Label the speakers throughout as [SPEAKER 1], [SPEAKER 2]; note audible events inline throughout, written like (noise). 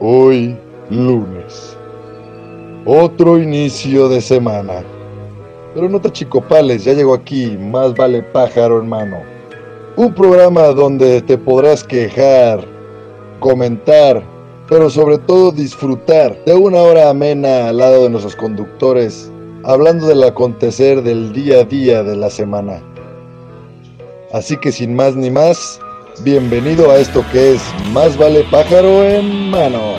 [SPEAKER 1] Hoy lunes. Otro inicio de semana. Pero no te chicopales, ya llegó aquí, más vale pájaro en mano. Un programa donde te podrás quejar, comentar, pero sobre todo disfrutar de una hora amena al lado de nuestros conductores, hablando del acontecer del día a día de la semana. Así que sin más ni más, bienvenido a esto que es Más vale pájaro en mano.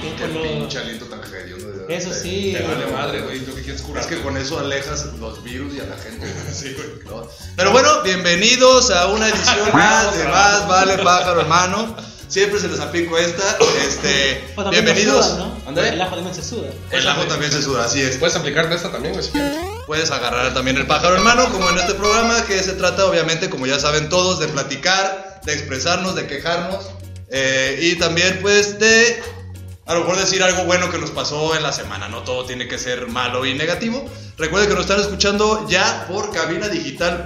[SPEAKER 2] Título.
[SPEAKER 3] pinche aliento tan hediondo, de verdad.
[SPEAKER 2] Eso sí.
[SPEAKER 3] Te vale madre, güey. Lo que quieres curar.
[SPEAKER 4] Es
[SPEAKER 3] Es
[SPEAKER 4] que
[SPEAKER 3] que con eso alejas los virus y a la gente. güey.
[SPEAKER 4] Sí, güey.
[SPEAKER 3] ¿no?
[SPEAKER 4] Pero bueno, bienvenidos a una edición más de Más Vale Pájaro Hermano. Siempre se les aplico esta. Este,
[SPEAKER 2] Pues también
[SPEAKER 4] bienvenidos.
[SPEAKER 2] se suda, ¿no?
[SPEAKER 4] Ándale.
[SPEAKER 2] El ajo también se suda.
[SPEAKER 3] Pues
[SPEAKER 4] El ajo también se suda, así es.
[SPEAKER 3] Puedes aplicarte esta también, güey, si quieres.
[SPEAKER 4] Puedes agarrar también el pájaro hermano, como en este programa, que se trata obviamente, como ya saben todos, de platicar, de expresarnos, de quejarnos eh, y también pues de a lo mejor decir algo bueno que nos pasó en la semana, no todo tiene que ser malo y negativo. Recuerden que nos están escuchando ya por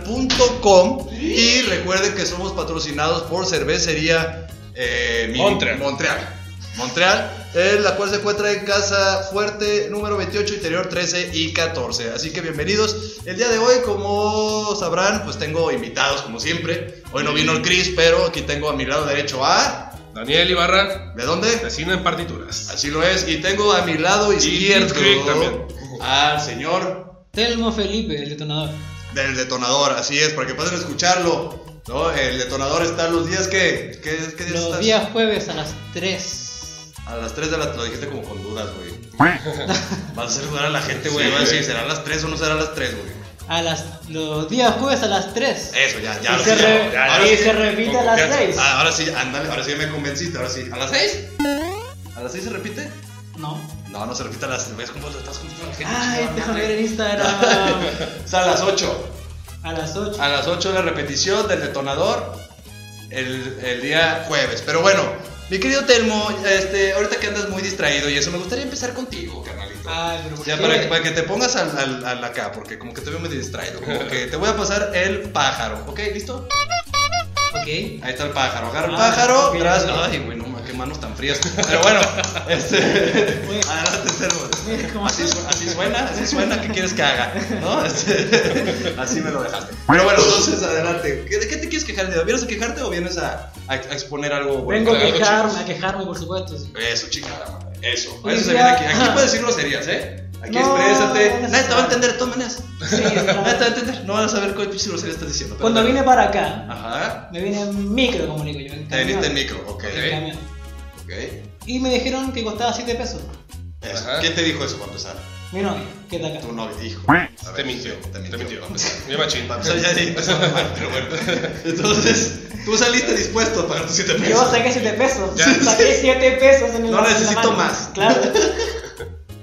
[SPEAKER 4] cabinadigital.com y recuerden que somos patrocinados por cervecería eh, Mi-
[SPEAKER 3] Montreal.
[SPEAKER 4] Montreal. Montreal, eh, la cual se encuentra en Casa Fuerte, número 28, interior 13 y 14. Así que bienvenidos. El día de hoy, como sabrán, pues tengo invitados, como siempre. Hoy no vino el Chris, pero aquí tengo a mi lado derecho a...
[SPEAKER 3] Daniel Ibarra,
[SPEAKER 4] ¿De dónde?
[SPEAKER 3] de cine en partituras.
[SPEAKER 4] Así lo es. Y tengo a mi lado izquierdo
[SPEAKER 3] Creek también.
[SPEAKER 4] al señor
[SPEAKER 2] Telmo Felipe, el detonador.
[SPEAKER 4] del detonador. Así es, para que puedan escucharlo. ¿no? El detonador está los días que... ¿Qué, qué días
[SPEAKER 2] Los
[SPEAKER 4] estás?
[SPEAKER 2] días jueves a las 3.
[SPEAKER 4] A las 3 de la lo dijiste como con dudas,
[SPEAKER 2] (laughs)
[SPEAKER 4] güey. Vas a hacer dudar a la gente, güey.
[SPEAKER 3] Sí,
[SPEAKER 4] Va a decir,
[SPEAKER 3] güey.
[SPEAKER 4] ¿serán las 3 o no serán las 3, güey?
[SPEAKER 2] A las, los días jueves a las 3.
[SPEAKER 4] Eso, ya, ya.
[SPEAKER 2] y
[SPEAKER 4] ahora
[SPEAKER 2] se,
[SPEAKER 4] sí,
[SPEAKER 2] re-
[SPEAKER 4] ya, ya,
[SPEAKER 2] y
[SPEAKER 4] ahora sí.
[SPEAKER 2] se repite a
[SPEAKER 3] con
[SPEAKER 2] las
[SPEAKER 3] confianza.
[SPEAKER 2] 6.
[SPEAKER 4] Ah, ahora sí, ándale, ahora sí ya me convenciste, ahora sí. ¿A las 6? ¿A las 6 se repite?
[SPEAKER 2] No.
[SPEAKER 4] No, no se repite a las 6. ¿Ves cómo lo estás confundiendo a la gente?
[SPEAKER 2] Ay,
[SPEAKER 4] chingada
[SPEAKER 2] déjame
[SPEAKER 4] madre?
[SPEAKER 2] ver en Instagram.
[SPEAKER 4] (laughs) O sea, a las 8.
[SPEAKER 2] A las 8.
[SPEAKER 4] A las 8 la repetición del detonador el, el día jueves. Pero bueno, mi querido Telmo, este, ahorita que andas muy distraído y eso, me gustaría empezar contigo, carnalito.
[SPEAKER 2] Ay, pero Ah, ¿por
[SPEAKER 4] Ya,
[SPEAKER 2] qué?
[SPEAKER 4] para que, para que te pongas al, al- al acá, porque como que te veo medio distraído. Como que te voy a pasar el pájaro, ¿ok? ¿Listo?
[SPEAKER 2] Ok.
[SPEAKER 4] (laughs) Ahí está el pájaro. Agarra el
[SPEAKER 2] Ah,
[SPEAKER 4] pájaro,
[SPEAKER 2] ok.
[SPEAKER 4] tras- Ay, güey, no, ma- qué manos tan
[SPEAKER 2] (laughs)
[SPEAKER 4] frías. Pero bueno, este.
[SPEAKER 2] Güey.
[SPEAKER 4] Adelante,
[SPEAKER 2] Güey,
[SPEAKER 4] Selvo.
[SPEAKER 2] ¿cómo? (laughs)
[SPEAKER 4] Así, su- así suena, así suena, ¿qué quieres que haga? ¿No? Este, (laughs) así me lo dejaste. Pero bueno, entonces, adelante. ¿Qué- ¿De qué te quieres quejar? el día de hoy? ¿Vienes a quejarte o vienes a, a- a exponer algo bueno?
[SPEAKER 2] Vengo a
[SPEAKER 3] claro,
[SPEAKER 2] quejarme,
[SPEAKER 3] chicos.
[SPEAKER 2] a quejarme, por supuesto.
[SPEAKER 4] Eso, chingada madre. Eso.
[SPEAKER 2] Hoy
[SPEAKER 4] Eso se
[SPEAKER 2] día-
[SPEAKER 4] viene aquí. Aquí puedes decir groserías, ¿eh? Aquí
[SPEAKER 2] No,
[SPEAKER 4] exprésate.
[SPEAKER 2] no es
[SPEAKER 4] Nadie te va a
[SPEAKER 2] necesario.
[SPEAKER 4] entender de todas maneras. (laughs)
[SPEAKER 2] Sí, claro.
[SPEAKER 4] Nadie te va a entender. No van a saber cuál pinche grosería estás diciendo. pero
[SPEAKER 2] Cuando
[SPEAKER 4] dale.
[SPEAKER 2] vine para acá,
[SPEAKER 4] Ajá.
[SPEAKER 2] me vine en micro, como digo yo. en
[SPEAKER 4] Te viniste
[SPEAKER 2] camión.
[SPEAKER 4] en micro. Ok.
[SPEAKER 2] En camión.
[SPEAKER 4] Ok.
[SPEAKER 2] Y me dijeron que costaba 7 pesos.
[SPEAKER 4] Eso.
[SPEAKER 3] Ajá.
[SPEAKER 4] ¿Quién te dijo eso para empezar?
[SPEAKER 2] Mi novia, que es de acá.
[SPEAKER 4] Tu novio dijo. A ver,
[SPEAKER 3] Te mintió.
[SPEAKER 4] Te mintió. Para empezar.
[SPEAKER 3] Bien machín.
[SPEAKER 4] Para empezar ya sí, empezamos mal, pero bueno. Entonces, tú saliste dispuesto a pagar tus 7 pesos.
[SPEAKER 2] Yo saqué 7 pesos.
[SPEAKER 4] Ya.
[SPEAKER 2] (laughs) Saqué 7 pesos en el
[SPEAKER 4] No
[SPEAKER 2] en la
[SPEAKER 4] necesito
[SPEAKER 2] mano.
[SPEAKER 4] más. (laughs)
[SPEAKER 2] Claro.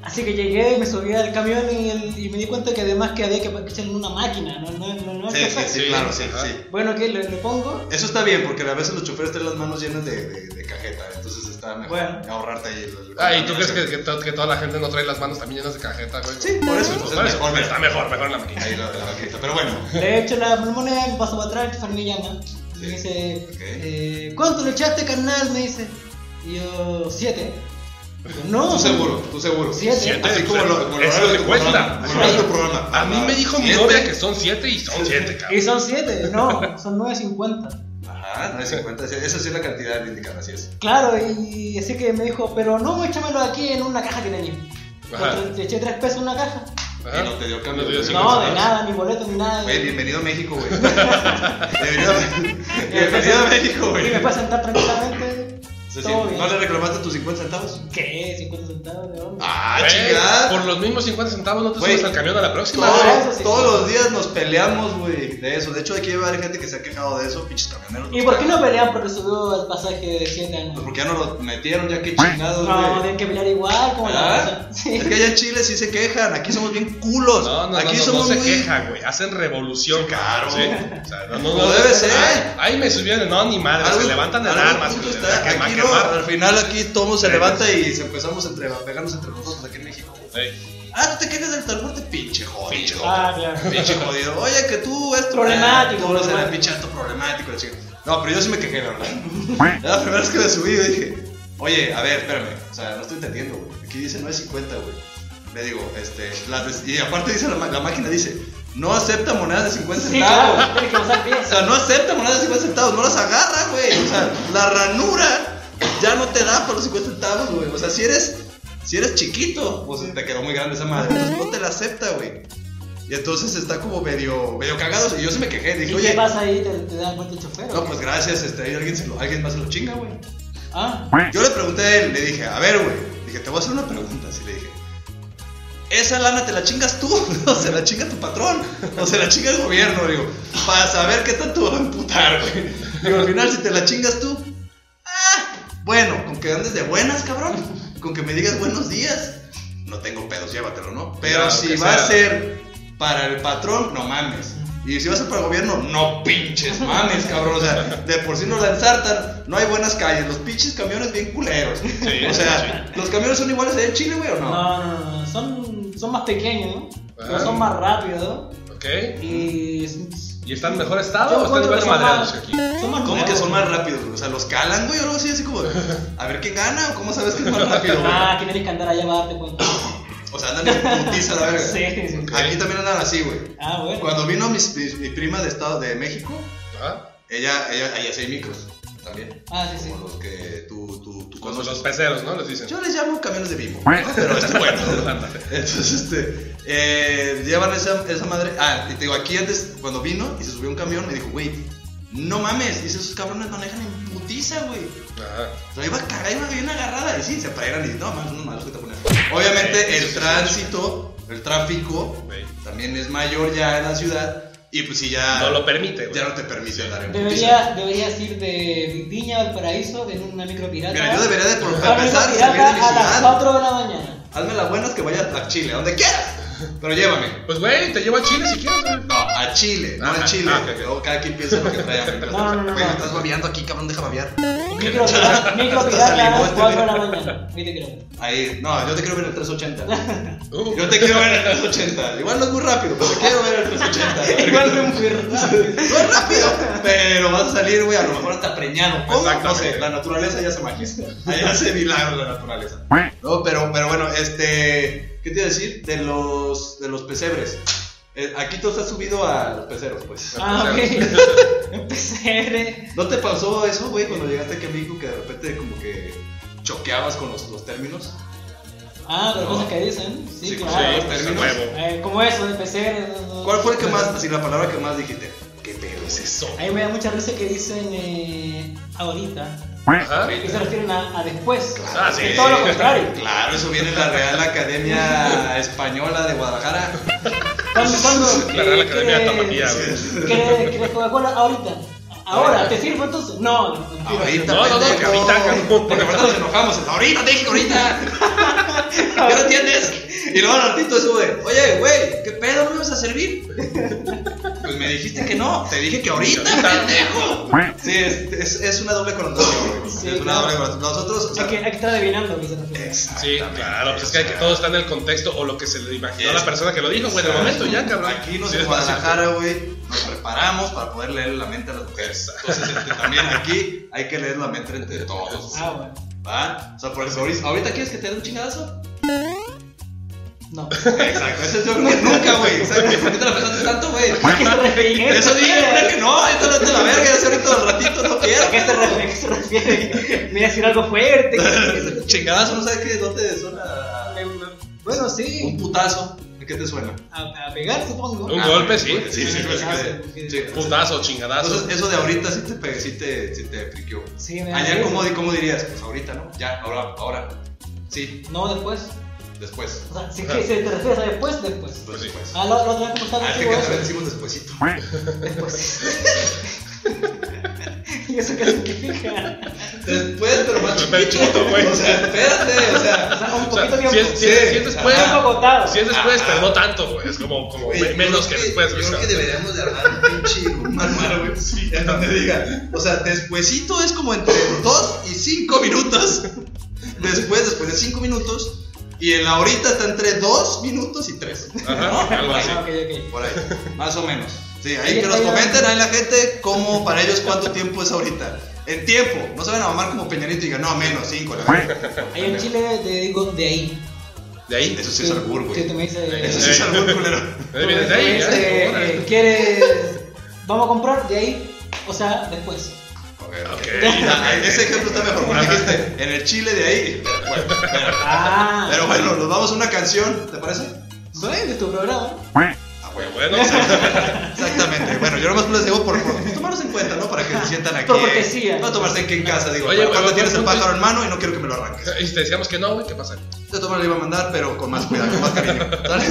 [SPEAKER 2] Así que llegué y me subí al camión y, el- y me di cuenta que además que había que echar en una máquina. No, no, no, no es
[SPEAKER 4] Sí,
[SPEAKER 2] que
[SPEAKER 4] sí,
[SPEAKER 2] fácil.
[SPEAKER 4] sí,
[SPEAKER 3] Sí,
[SPEAKER 4] claro, sí,
[SPEAKER 3] ajá.
[SPEAKER 4] sí.
[SPEAKER 2] Bueno, ¿qué? ¿Lo, lo pongo?
[SPEAKER 4] Eso está bien, porque a veces los choferes tienen las manos llenas de, de, de cajeta. Entonces está mejor
[SPEAKER 2] Bueno.
[SPEAKER 4] ahorrarte ahí el. el-
[SPEAKER 3] (laughs) Ah, ¿y tú crees que, que, to- que toda la gente no trae las manos también llenas de cajeta, güey?
[SPEAKER 4] Sí, por eso, entonces
[SPEAKER 3] Por
[SPEAKER 4] es
[SPEAKER 3] eso,
[SPEAKER 4] mejor.
[SPEAKER 3] Está mejor, mejor en la máquina.
[SPEAKER 4] Ahí la, la vaquita. Pero bueno.
[SPEAKER 2] Le echo la moneda, me paso para atrás, Fran me llama. Y Me dice,
[SPEAKER 4] Ok.
[SPEAKER 2] eh, ¿cuánto le echaste, carnal? Me dice. Y yo,
[SPEAKER 4] (laughs)
[SPEAKER 2] 7. No,
[SPEAKER 4] Tú seguro, tú seguro.
[SPEAKER 2] Siete.
[SPEAKER 3] Siete,
[SPEAKER 4] Así como
[SPEAKER 3] o sea,
[SPEAKER 4] lo como lo
[SPEAKER 3] eso
[SPEAKER 4] horario de
[SPEAKER 3] te
[SPEAKER 4] tu
[SPEAKER 3] cuesta.
[SPEAKER 4] programa, como el horario de tu programa.
[SPEAKER 3] A mí me dijo mi
[SPEAKER 4] Siete.
[SPEAKER 3] novia que son siete y son siete,
[SPEAKER 2] Y
[SPEAKER 3] cabrón.
[SPEAKER 2] son 7, no, son 9.50.
[SPEAKER 4] Ajá, 9.50. ese- Esa sí es la cantidad indicada, así es.
[SPEAKER 2] Claro, y así que me dijo, pero no, échamelo aquí en una caja que tenía.
[SPEAKER 3] Ajá.
[SPEAKER 2] Cuatro- Le eché 3 pesos en una caja.
[SPEAKER 3] Ajá.
[SPEAKER 4] Y no te dio cambio.
[SPEAKER 3] No te dio
[SPEAKER 4] Sí,
[SPEAKER 2] No,
[SPEAKER 3] cambio.
[SPEAKER 2] de nada, ni boleto, ni nada.
[SPEAKER 4] Güey, bienvenido a México,
[SPEAKER 3] (laughs)
[SPEAKER 4] güey. bienvenido, a- (laughs) bienvenido a México,
[SPEAKER 2] Eh, Y
[SPEAKER 4] güey.
[SPEAKER 2] me puedes sentar tranquilamente.
[SPEAKER 4] Es decir,
[SPEAKER 2] todo bien.
[SPEAKER 4] ¿No le reclamaste tus 50 centavos?
[SPEAKER 2] ¿Qué? 50 centavos de hombre.
[SPEAKER 4] Ah,
[SPEAKER 3] Güey,
[SPEAKER 4] chingada.
[SPEAKER 3] Por los mismos 50 centavos no te
[SPEAKER 4] Güey.
[SPEAKER 3] subes al camión a la próxima.
[SPEAKER 2] No.
[SPEAKER 3] güey.
[SPEAKER 2] eso
[SPEAKER 4] Todos,
[SPEAKER 2] sí.
[SPEAKER 4] todos los días nos peleamos, güey, de eso. De hecho, aquí hay gente que se ha quejado de eso, pinches camioneros.
[SPEAKER 2] ¿Y por qué no pelean porque subió el pasaje de 7 a 9?
[SPEAKER 4] Pues porque ya nos los metieron, ya que chingados, güey.
[SPEAKER 2] No, tienen que pelear igual, como
[SPEAKER 4] Ah,
[SPEAKER 2] la cosa.
[SPEAKER 4] (laughs)
[SPEAKER 2] Sí.
[SPEAKER 4] Es que allá en Chile sí se quejan, aquí somos bien culos.
[SPEAKER 3] No, no,
[SPEAKER 4] pues, aquí
[SPEAKER 3] no, no,
[SPEAKER 4] somos
[SPEAKER 3] no se
[SPEAKER 4] muy-
[SPEAKER 3] quejan, güey. Hacen revolución.
[SPEAKER 4] Claro.
[SPEAKER 3] Sí. O sea, no, no,
[SPEAKER 4] Como
[SPEAKER 3] no-
[SPEAKER 4] debe ser.
[SPEAKER 3] Ay, Ahí me subieron, no, ni madre.
[SPEAKER 4] Algo-
[SPEAKER 3] se levantan en
[SPEAKER 4] algo
[SPEAKER 3] armas.
[SPEAKER 4] justo
[SPEAKER 3] güey,
[SPEAKER 4] está.
[SPEAKER 3] a quemar,
[SPEAKER 4] Aquí no,
[SPEAKER 3] quemar.
[SPEAKER 4] al final aquí todo se
[SPEAKER 3] Sí.
[SPEAKER 4] levanta y se empezamos entre, a pegarnos entre nosotros aquí en México. güey.
[SPEAKER 3] Ey,
[SPEAKER 4] Ah, no te quejes del transporte, pinche jodido.
[SPEAKER 3] Pinche
[SPEAKER 4] Pinche
[SPEAKER 3] jodido.
[SPEAKER 4] jodido.
[SPEAKER 2] Ah, claro.
[SPEAKER 4] Oye, que tú es
[SPEAKER 2] Problemático,
[SPEAKER 4] Tú no serás
[SPEAKER 2] problemático.
[SPEAKER 4] pinche alto problemático. la chica. No, pero yo sí me quejé, la verdad. Era la primera vez que me subí, güey, dije, oye, a ver, espérame. O sea, no estoy entendiendo, güey. Aquí dice 950, güey. Le digo, este, la- y aparte dice la, ma- la máquina, dice, no acepta monedas de 50
[SPEAKER 2] Sí,
[SPEAKER 4] centavos.
[SPEAKER 2] claro, tiene que usar
[SPEAKER 4] O (laughs)
[SPEAKER 2] pies.
[SPEAKER 4] sea, no acepta monedas de 50 centavos, no las agarra, güey. O sea, la ranura ya no te da para los 50 centavos, güey. O sea, si eres, si eres chiquito, pues te quedó muy grande esa madre. Entonces no te la acepta, güey. Y entonces está como medio, medio cagado. Y yo se me quejé,
[SPEAKER 2] ¿Y
[SPEAKER 4] dije,
[SPEAKER 2] qué
[SPEAKER 4] oye,
[SPEAKER 2] pasa ahí? ¿Te, te da cuenta el chofer? o
[SPEAKER 4] no,
[SPEAKER 2] qué?
[SPEAKER 4] pues gracias, este, ahí alguien, se lo- alguien más se lo chinga, güey.
[SPEAKER 2] Ah,
[SPEAKER 4] Yo le pregunté a él, le dije, a ver, güey, dije, te voy a hacer una pregunta, así le dije. Esa lana te la chingas tú, (laughs) o se la chinga tu patrón, o se la chinga el gobierno, digo, para saber qué tanto va a emputar, güey. Digo, al final, si te la chingas tú, ah, bueno, con que andes de buenas, cabrón, con que me digas buenos días, no tengo pedos, llévatelo, ¿no? Pero
[SPEAKER 3] Claro,
[SPEAKER 4] si
[SPEAKER 3] que
[SPEAKER 4] va a
[SPEAKER 3] sea.
[SPEAKER 4] ser para el patrón, no mames. Y si va a ser para el gobierno, no pinches mames, cabrón. O sea, de por sí nos la ensartan, no hay buenas calles, los pinches camiones bien culeros. o sea, ¿los camiones son iguales allá en Chile, güey, o no?
[SPEAKER 2] no, no, no, no. Son, son más pequeños, ¿no? Pero
[SPEAKER 3] Ah.
[SPEAKER 2] son más rápidos.
[SPEAKER 3] Ok.
[SPEAKER 2] Y.
[SPEAKER 3] ¿Y está en mejor
[SPEAKER 2] Yo
[SPEAKER 3] estado o están
[SPEAKER 2] encuentro que
[SPEAKER 3] igual de
[SPEAKER 2] son
[SPEAKER 3] madreados
[SPEAKER 2] más-
[SPEAKER 3] que aquí?
[SPEAKER 2] Son más
[SPEAKER 4] ¿Cómo que
[SPEAKER 2] nuevos.
[SPEAKER 4] son más rápidos? güey? O sea, ¿los calan, güey, o algo así? Así como, de, a ver quién gana, o cómo sabes que es más rápido, güey.
[SPEAKER 2] Ah, que tienes que andar allá para darte cuenta.
[SPEAKER 4] O sea, andan en putiza la verga.
[SPEAKER 2] Sí, sí.
[SPEAKER 4] Aquí también andan así, güey.
[SPEAKER 2] Ah, bueno.
[SPEAKER 4] Cuando vino mis- mi, mi prima de Estado de México,
[SPEAKER 3] Ajá.
[SPEAKER 4] ella, ella, ella hacía micros también.
[SPEAKER 2] Ah, sí, sí.
[SPEAKER 4] Como los que tú, tú, tú
[SPEAKER 3] Pues Los,
[SPEAKER 4] conoces.
[SPEAKER 3] los peceros, ¿no? Les dicen.
[SPEAKER 4] Yo les llamo camiones de bimbo, pero este
[SPEAKER 3] (laughs)
[SPEAKER 4] bueno. Entonces, este, eh, llevan esa, esa madre. Ah, y te digo, aquí antes, cuando vino y se subió a un camión, me dijo, güey, no mames. Dice, esos cabrones manejan en putiza, güey.
[SPEAKER 3] Ajá.
[SPEAKER 4] O sea, iba cagada, iba bien agarrada. Y sí, se paran y no, mames, unos malos que te ponen. Obviamente, el tránsito, el tráfico,
[SPEAKER 3] Güey.
[SPEAKER 4] también es mayor ya en la ciudad. Y pues, si ya.
[SPEAKER 3] No lo permite, güey.
[SPEAKER 4] ya no te permite andar en putiza.
[SPEAKER 2] Debería, deberías ir de Viña al Paraíso en una micro pirata.
[SPEAKER 4] Mira, yo debería de por
[SPEAKER 2] Una micro
[SPEAKER 4] empezar a
[SPEAKER 2] pirata
[SPEAKER 4] salir de mi
[SPEAKER 2] a las
[SPEAKER 4] ciudad.
[SPEAKER 2] 4 de la mañana.
[SPEAKER 4] Hazme la buena es que vaya a Chile, a donde quieras. Pero llévame.
[SPEAKER 3] Pues, güey, te llevo a Chile si quieres, güey.
[SPEAKER 4] No, a Chile, no
[SPEAKER 3] Ah,
[SPEAKER 4] a Chile.
[SPEAKER 3] ah, ok, ok.
[SPEAKER 4] Luego cada quien piensa lo que trae.
[SPEAKER 2] No, no, no, no,
[SPEAKER 4] Güey,
[SPEAKER 2] no.
[SPEAKER 4] me estás babeando aquí, cabrón, deja babear. (laughs)
[SPEAKER 2] Micro pirata, micro
[SPEAKER 4] Hasta
[SPEAKER 2] pirata a
[SPEAKER 4] salivó
[SPEAKER 2] las
[SPEAKER 4] este
[SPEAKER 2] 4 de la
[SPEAKER 4] güey.
[SPEAKER 2] mañana. Viste que
[SPEAKER 4] Ahí, no, yo te quiero ver en el 380.
[SPEAKER 3] Uh.
[SPEAKER 4] Yo te quiero ver en
[SPEAKER 3] (laughs)
[SPEAKER 4] el 380. Igual no es muy rápido, pero te quiero ver en el 380.
[SPEAKER 2] Igual no es muy rápido.
[SPEAKER 4] No es rápido, pero vas a salir, güey, a lo mejor hasta preñado. ¿Cómo? No
[SPEAKER 3] Exactamente.
[SPEAKER 4] sé, la naturaleza ya se magister. Ahí
[SPEAKER 3] (laughs)
[SPEAKER 4] hace milagros la naturaleza. No, pero, pero bueno, este. ¿Qué te iba a decir? De los, de los pesebres. Eh, aquí tú estás subido a los peceros, pues.
[SPEAKER 2] Ah, ok. Empecé.
[SPEAKER 4] ¿No te pasó eso, güey, cuando llegaste aquí a México que de repente como que choqueabas con los, los términos?
[SPEAKER 2] Ah, las
[SPEAKER 4] No.
[SPEAKER 2] cosas que dicen. Sí,
[SPEAKER 4] Sí,
[SPEAKER 2] claro.
[SPEAKER 4] sí.
[SPEAKER 3] pues, a
[SPEAKER 4] términos.
[SPEAKER 3] huevo.
[SPEAKER 2] Eh, como eso, empecé.
[SPEAKER 4] ¿Cuál fue el que más, así la palabra que más dijiste? ¿Qué pedo es eso?
[SPEAKER 3] Eso.
[SPEAKER 2] A mí me da mucha risa que dicen eh, ahorita.
[SPEAKER 3] Ajá.
[SPEAKER 2] Y se refieren a, a después.
[SPEAKER 3] Ah, sí.
[SPEAKER 2] Es todo lo contrario.
[SPEAKER 4] (laughs) Claro, eso viene en la Real Academia Española de Guadalajara.
[SPEAKER 2] ¿Cuándo?
[SPEAKER 4] (laughs)
[SPEAKER 2] cuándo
[SPEAKER 3] La Real
[SPEAKER 2] eh,
[SPEAKER 3] Academia de
[SPEAKER 2] quieres-
[SPEAKER 3] Tapatía, güey.
[SPEAKER 2] ¿Quieres quieres Coca-Cola ahorita? Ahora, ¿te sirvo entonces? No,
[SPEAKER 4] Ahorita,
[SPEAKER 3] No, no, no,
[SPEAKER 4] pendejo.
[SPEAKER 3] que ahorita, cabrón.
[SPEAKER 4] Porque ahorita nos enojamos. Ahorita, te dije que (laughs) ahorita. ¿Ya lo entiendes? Y luego el artito sube. Oye, güey, ¿qué pedo no me vas a servir? Pues me dijiste que no. Te dije que ahorita, pendejo. Sí, es, es, es una doble connotación, güey.
[SPEAKER 2] Sí,
[SPEAKER 4] es una
[SPEAKER 2] claro.
[SPEAKER 4] doble connotación. Nosotros, o sea,
[SPEAKER 2] Hay que, hay que estar adivinando a qué se refiere.
[SPEAKER 3] Sí,
[SPEAKER 4] exactamente.
[SPEAKER 3] claro, pues es que, hay que todo está en el contexto o lo que se le imaginó
[SPEAKER 4] Es-
[SPEAKER 3] a la persona que lo dijo, güey, de momento ya, cabrón.
[SPEAKER 4] Aquí nos
[SPEAKER 3] Sí,
[SPEAKER 4] en
[SPEAKER 3] es fácil.
[SPEAKER 4] Guadalajara, güey, nos preparamos para poder leer la mente a las mujeres. Entonces, este, también aquí hay que leer la mente entre todos.
[SPEAKER 2] Ah, bueno.
[SPEAKER 4] ¿Va? O sea, por eso, ahorita, ¿ahorita quieres que te dé un chingadazo? (laughs)
[SPEAKER 2] No.
[SPEAKER 4] Exacto, (laughs) ese es yo creo que nunca, güey. Exacto, ¿por qué te la pensaste tanto, güey?
[SPEAKER 2] ¿A qué se refiere?
[SPEAKER 4] Eso
[SPEAKER 2] (laughs)
[SPEAKER 4] dije, una que no, esto no es de la verga, ya sé ahorita al ratito, no quiero.
[SPEAKER 2] ¿A qué se refiere? ¿A qué se refiere? Me iba a decir algo
[SPEAKER 4] (laughs)
[SPEAKER 2] fuerte.
[SPEAKER 4] Chingadazo, no sabes qué, no te suena.
[SPEAKER 2] Me- me- Bueno,
[SPEAKER 4] Un
[SPEAKER 2] sí.
[SPEAKER 4] putazo, ¿a qué te suena?
[SPEAKER 2] A, a pegar, supongo.
[SPEAKER 3] Un golpe, sí.
[SPEAKER 4] Sí, sí, pues, sí. sí.
[SPEAKER 3] Putazo, chingadazo.
[SPEAKER 4] Entonces, eso de ahorita sí te, pe- sí te, sí te friqueó.
[SPEAKER 2] Sí, me da
[SPEAKER 4] Allá,
[SPEAKER 2] risa.
[SPEAKER 4] ¿cómo, di- ¿cómo dirías? Pues ahorita, ¿no? Ya, ahora, ahora. Sí,
[SPEAKER 2] No, después.
[SPEAKER 4] después.
[SPEAKER 2] O sea, si es que se te refieres a después, después.
[SPEAKER 4] Pues después.
[SPEAKER 2] Ah, la la otra vez conversaba
[SPEAKER 4] Ah, es que
[SPEAKER 2] contigo
[SPEAKER 4] cada vez
[SPEAKER 2] eso.
[SPEAKER 4] decimos despuésito.
[SPEAKER 2] Después. (laughs) ¿Y eso qué significa?
[SPEAKER 4] Después, pero
[SPEAKER 3] (laughs)
[SPEAKER 4] más
[SPEAKER 3] Pero
[SPEAKER 4] chiquito.
[SPEAKER 3] güey.
[SPEAKER 4] O sea, espérate, o
[SPEAKER 2] O sea,
[SPEAKER 4] sea.
[SPEAKER 2] un
[SPEAKER 3] O sea,
[SPEAKER 2] poquito tiempo.
[SPEAKER 3] si es, si es-
[SPEAKER 4] Sí.
[SPEAKER 3] si es después,
[SPEAKER 2] Tiempo agotado.
[SPEAKER 3] si es después,
[SPEAKER 4] Ah.
[SPEAKER 3] pero no tanto, (laughs) güey. Es como, como
[SPEAKER 4] Güey,
[SPEAKER 3] me-
[SPEAKER 4] yo
[SPEAKER 3] menos que,
[SPEAKER 4] creo
[SPEAKER 3] después, güey.
[SPEAKER 4] Yo creo que deberíamos de armar un pinche un manual,
[SPEAKER 3] (laughs)
[SPEAKER 4] güey. En donde diga, o sea, despuesito es como entre 2 y 5 minutos. Después, después de 5 minutos, Y en la horita está entre 2 minutos y 3.
[SPEAKER 3] Ajá, algo así.
[SPEAKER 2] Ah, ok, ok.
[SPEAKER 4] Por ahí, más o menos. Sí, ahí
[SPEAKER 2] Oye,
[SPEAKER 4] que nos
[SPEAKER 2] pero-
[SPEAKER 4] comenten ahí la gente cómo para ellos cuánto tiempo es ahorita. En tiempo, no se van a mamar como Peñanito y digan, no, menos 5.
[SPEAKER 2] Hay un chile de, digo, de ahí.
[SPEAKER 3] De ahí.
[SPEAKER 4] Eso sí es albur,
[SPEAKER 2] Que
[SPEAKER 4] güey.
[SPEAKER 2] te me dice.
[SPEAKER 4] Eso sí es albur, culero.
[SPEAKER 3] Ahí viene, de ahí,
[SPEAKER 2] Me
[SPEAKER 3] ya.
[SPEAKER 2] dice,
[SPEAKER 3] Órale.
[SPEAKER 2] eh, ¿Quieres.? Vamos a comprar de ahí. O sea, después.
[SPEAKER 4] Ok,
[SPEAKER 3] Ok.
[SPEAKER 4] ok. Ese ejemplo está mejor porque
[SPEAKER 3] Ajá.
[SPEAKER 4] dijiste, en el Chile de ahí. Bueno, bueno.
[SPEAKER 2] Ah.
[SPEAKER 4] Pero bueno, nos vamos a una canción, ¿te parece?
[SPEAKER 2] Soy de tu programa.
[SPEAKER 4] Ah,
[SPEAKER 3] Muy
[SPEAKER 4] bueno. (laughs)
[SPEAKER 3] bueno.
[SPEAKER 4] Exactamente. Bueno, yo nomás les digo por, por tomarnos en cuenta, ¿no? Para que se sientan aquí.
[SPEAKER 2] Por cortesía.
[SPEAKER 4] No tomarse aquí en casa, digo.
[SPEAKER 3] Oye,
[SPEAKER 4] Oye, cuando
[SPEAKER 3] pero-
[SPEAKER 4] tienes el
[SPEAKER 3] pero-
[SPEAKER 4] pájaro en mano y no quiero que me lo arranques.
[SPEAKER 3] Y si te decíamos que no, güey, ¿qué pasa?
[SPEAKER 4] De todas maneras le iba a mandar, pero con más cuidado, con más cariño. ¿Sale?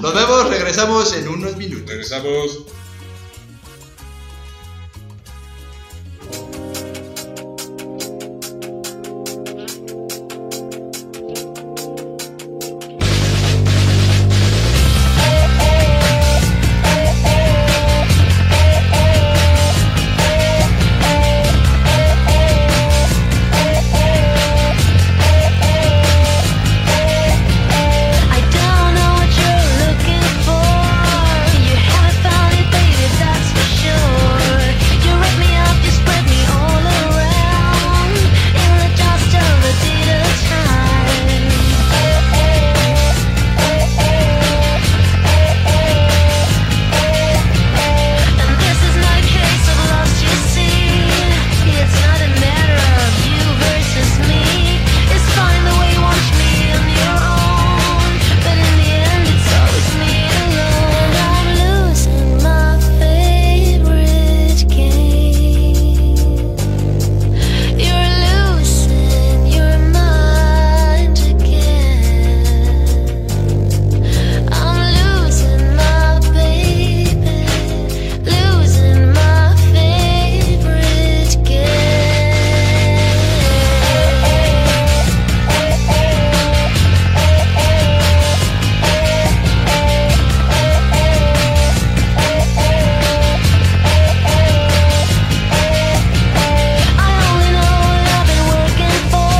[SPEAKER 4] Nos vemos, regresamos en unos minutos.
[SPEAKER 3] Regresamos.
[SPEAKER 5] I don't know what you're looking for. You haven't found it, baby, that's for sure. You wrap me up, you spread me all around in the dust of a dealer time. And this is not a case of lost you see. It's not a matter of you versus me. It's fine the way you want me on your own. But in the end it's always me alone. I'm losing my favorite game. You're losing your mind again. I'm losing my baby, losing my favorite game. I only know what I've been working for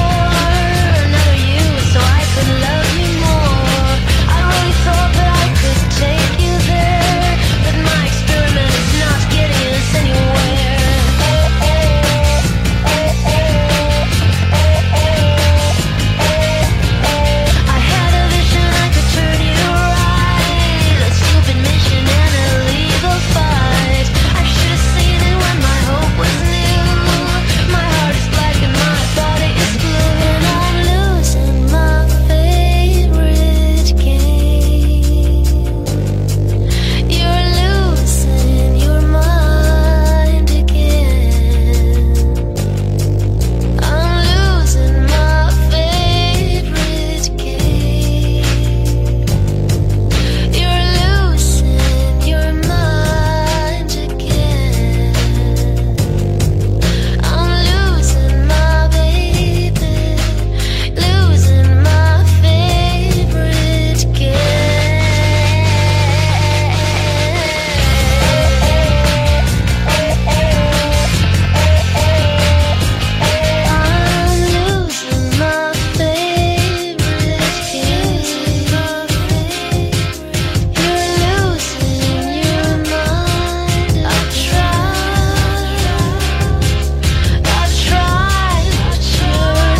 [SPEAKER 5] another you, so I could love you more. I really thought that I could take you there, but my experiment is not getting us anywhere. I had a vision I could turn you right. A stupid mission and a legal fight. I should have seen it when my hope was new. My heart is black and my body is blue, and I'm losing my favorite game. You're losing your mind again. I'm losing my favorite game. You're losing your mind again. I'm losing my baby, losing my favorite game. I'm losing my favorite game. You're losing your mind. I tried, I tried, but you're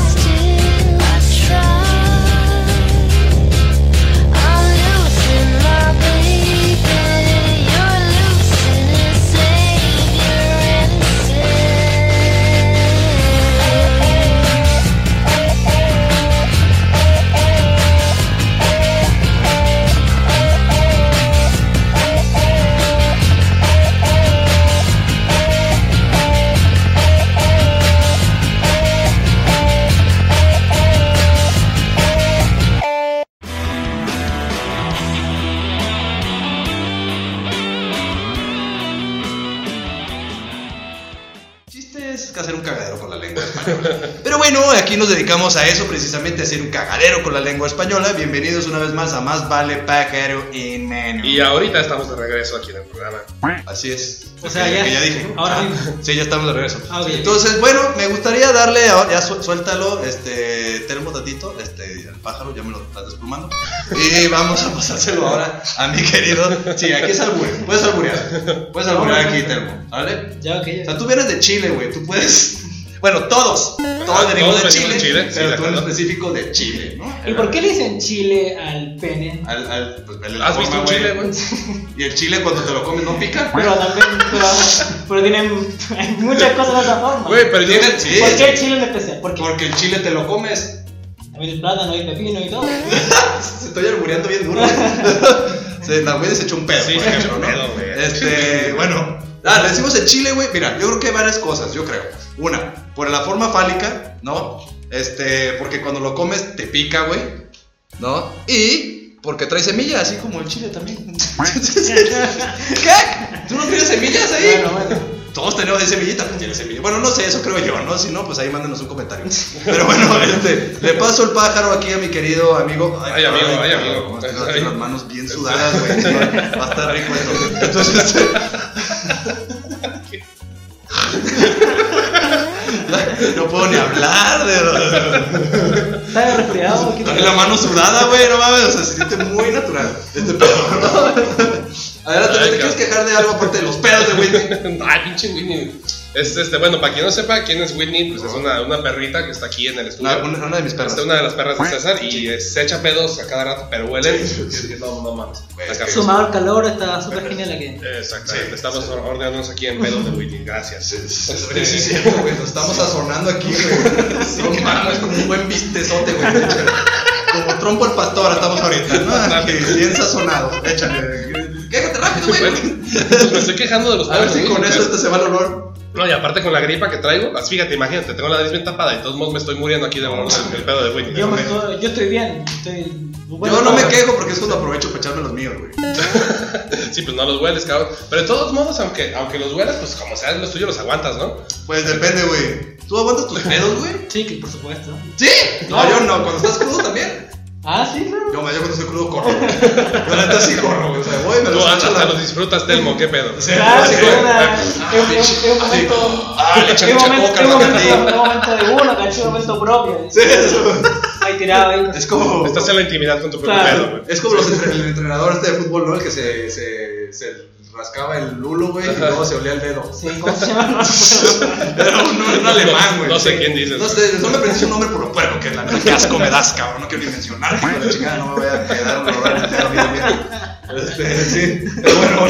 [SPEAKER 5] still. I tried. I'm losing my baby. You're losing your savior and sin.
[SPEAKER 4] El chiste es que hacer un cagadero con la lengua. Pero bueno, aquí nos dedicamos a eso, precisamente a ser un cagadero con la lengua española. Bienvenidos una vez más a Más Vale Pájaro en Mano.
[SPEAKER 3] Y ahorita estamos de regreso aquí en el programa.
[SPEAKER 4] Así es.
[SPEAKER 2] O sea,
[SPEAKER 4] Que
[SPEAKER 2] ya.
[SPEAKER 4] ya dije. Ah,
[SPEAKER 2] Ahora
[SPEAKER 3] Ah.
[SPEAKER 2] mismo.
[SPEAKER 4] Sí, ya estamos de regreso.
[SPEAKER 2] Ah, ok.
[SPEAKER 4] Entonces, bueno, me gustaría darle, ahora- ya su- suéltalo, este, termo tatito, este, al pájaro, ya me lo estás desplumando. Y vamos a pasárselo ahora a mi querido. Sí, aquí es albureo, puedes alburear. Puedes alburear aquí, termo, ¿vale?
[SPEAKER 2] Ya, ok.
[SPEAKER 4] O
[SPEAKER 2] ya.
[SPEAKER 4] sea, tú vienes de Chile, güey, tú puedes. (laughs) Bueno, todos, todos venimos de
[SPEAKER 3] Ah, venimos de
[SPEAKER 4] Chile,
[SPEAKER 3] Chile, sí,
[SPEAKER 4] pero tú
[SPEAKER 3] de
[SPEAKER 4] en
[SPEAKER 3] acuerdo.
[SPEAKER 4] específico de Chile, ¿no?
[SPEAKER 2] ¿Y por qué le dicen chile al pene?
[SPEAKER 4] Al, al, pues, vele la
[SPEAKER 3] ¿Has visto
[SPEAKER 4] forma,
[SPEAKER 3] un chile, güey?
[SPEAKER 4] (laughs) ¿Y el chile cuando te lo comes no pica?
[SPEAKER 2] Pero también. Pero, pero tienen. (laughs) Hay muchas cosas de esa forma.
[SPEAKER 3] Güey, pero tiene.
[SPEAKER 4] Sí.
[SPEAKER 2] ¿Por qué el chile en especial? Porque
[SPEAKER 4] Porque el chile te lo comes.
[SPEAKER 2] hay el plátano, hay pepino y todo.
[SPEAKER 4] Estoy albureando bien duro.
[SPEAKER 3] (laughs)
[SPEAKER 4] Se, la güey se echó un pedo,
[SPEAKER 3] Sí,
[SPEAKER 4] por
[SPEAKER 3] se echó
[SPEAKER 4] ejemplo,
[SPEAKER 3] un
[SPEAKER 4] ¿no?
[SPEAKER 3] pedo, güey.
[SPEAKER 4] Este, bueno, ah, le decimos en Chile, güey. Mira, yo creo que hay varias cosas, yo creo. Una, por la forma fálica, ¿no? Este, porque cuando lo comes te pica, güey, ¿no? Y porque trae semillas, así como el chile
[SPEAKER 3] (laughs)
[SPEAKER 4] también. ¿Qué? ¿Tú no tienes semillas ahí?
[SPEAKER 2] Bueno, bueno.
[SPEAKER 4] Todos tenemos de semillita, pues tiene semilla. Bueno, no sé, eso creo yo, ¿no? Si no, pues ahí mándenos un comentario. Pero
[SPEAKER 3] (laughs)
[SPEAKER 4] bueno, este, le paso el pájaro aquí a mi querido amigo.
[SPEAKER 3] Ay, amigo, ay,
[SPEAKER 4] perdón,
[SPEAKER 3] amigo.
[SPEAKER 4] como tengo
[SPEAKER 3] Ay.
[SPEAKER 4] las manos bien sudadas, güey. sí, Va a estar rico esto. Entonces, este, no puedo ni hablar de
[SPEAKER 2] ¿Está resfriado? ¿Qué
[SPEAKER 4] Trae la mano sudada, güey, no mames, o sea, se siente muy natural. Este pedo, ¿no? Adelante, ¿no
[SPEAKER 3] Ay,
[SPEAKER 4] te quieres quejar de algo aparte de los pedos de Whitney?
[SPEAKER 3] (laughs) Ay, pinche Whitney. Es este, bueno, para quien no sepa quién es Whitney, pues es una, una perrita que está aquí en el estudio.
[SPEAKER 4] Una, una- una de mis
[SPEAKER 3] Esta
[SPEAKER 4] perras.
[SPEAKER 3] es una de las perras de César y eh, se echa pedos a cada rato, pero huelen. No, no mames.
[SPEAKER 4] Güey,
[SPEAKER 3] Está cabrón.
[SPEAKER 2] Sumado al calor, está súper genial aquí.
[SPEAKER 3] Exactamente,
[SPEAKER 4] Sí,
[SPEAKER 3] estamos ordenándonos
[SPEAKER 4] (laughs)
[SPEAKER 3] aquí en pedos de Whitney. Gracias.
[SPEAKER 4] Sí, sí, es cierto, güey. Nos estamos azornando aquí, güey. no mames, como un buen vistezote, güey. Échale. Como trompo al pastor estamos ahorita, ¿no? Que bien sazonado. Échale. Quéjate rápido, güey.
[SPEAKER 3] Pues (laughs) me estoy quejando de los
[SPEAKER 4] A ver si
[SPEAKER 3] pedos,
[SPEAKER 4] con
[SPEAKER 3] güey.
[SPEAKER 4] eso este se va el olor.
[SPEAKER 3] No, y aparte con la gripa que traigo, pues fíjate, imagínate, tengo la nariz bien tapada y de todos modos me estoy muriendo aquí de dolor del del pedo de Whitney.
[SPEAKER 2] Yo, me estoy, yo estoy bien. Estoy, bueno,
[SPEAKER 4] Yo no me
[SPEAKER 2] ahora.
[SPEAKER 4] quejo porque es cuando aprovecho para echarme los míos, güey.
[SPEAKER 3] Sí, pues no los hueles, cabrón. Pero de todos modos, aunque, aunque los huelas, pues como sea, los tuyos los aguantas, ¿no?
[SPEAKER 4] Pues depende, güey. ¿Tú aguantas tus pedos, güey?
[SPEAKER 2] Sí, que por supuesto.
[SPEAKER 4] ¿Sí? No, yo no. Cuando estás crudo también.
[SPEAKER 2] Ah, sí, claro.
[SPEAKER 4] Yo, yo cuando soy crudo corro, güey. Yo la neta sí corro, güey. O sea, voy, me
[SPEAKER 3] Tú
[SPEAKER 4] lo
[SPEAKER 3] hasta hasta los disfrutas, Telmo, qué pedo.
[SPEAKER 4] Sí.
[SPEAKER 2] Claro, sí,
[SPEAKER 4] sí,
[SPEAKER 2] es una-
[SPEAKER 4] Ah, sí.
[SPEAKER 2] es- es- es un
[SPEAKER 4] Ah, sí.
[SPEAKER 2] momento.
[SPEAKER 4] Ah, le echan
[SPEAKER 2] es un
[SPEAKER 4] mucha
[SPEAKER 2] momento-
[SPEAKER 4] coca,
[SPEAKER 2] es un
[SPEAKER 4] lo
[SPEAKER 2] momento-
[SPEAKER 4] aprendí.
[SPEAKER 2] es un momento de uno, caché, un momento propio.
[SPEAKER 4] Sí, eso.
[SPEAKER 2] Ahí tirado ahí.
[SPEAKER 4] Es como.
[SPEAKER 3] ah, Estás en la intimidad con tu propio
[SPEAKER 2] Claro.
[SPEAKER 3] pedo, güey.
[SPEAKER 4] Es como los entre- el entrenador este de fútbol, ¿no? El que se, se, se rascaba el lulo, güey, y luego se olía el dedo.
[SPEAKER 2] Sí, ¿cómo se llama? No recuerdo.
[SPEAKER 4] (laughs) Era un, un alemán, güey.
[SPEAKER 3] No sé quién dices.
[SPEAKER 4] No sé, solo me aprendí su nombre por lo pueblo, que la neta qué asco me das, cabrón. No quiero ni mencionar, hijo de la chingada, no me voy a quedar un horror entero a mí también. Este, sí. Pero bueno,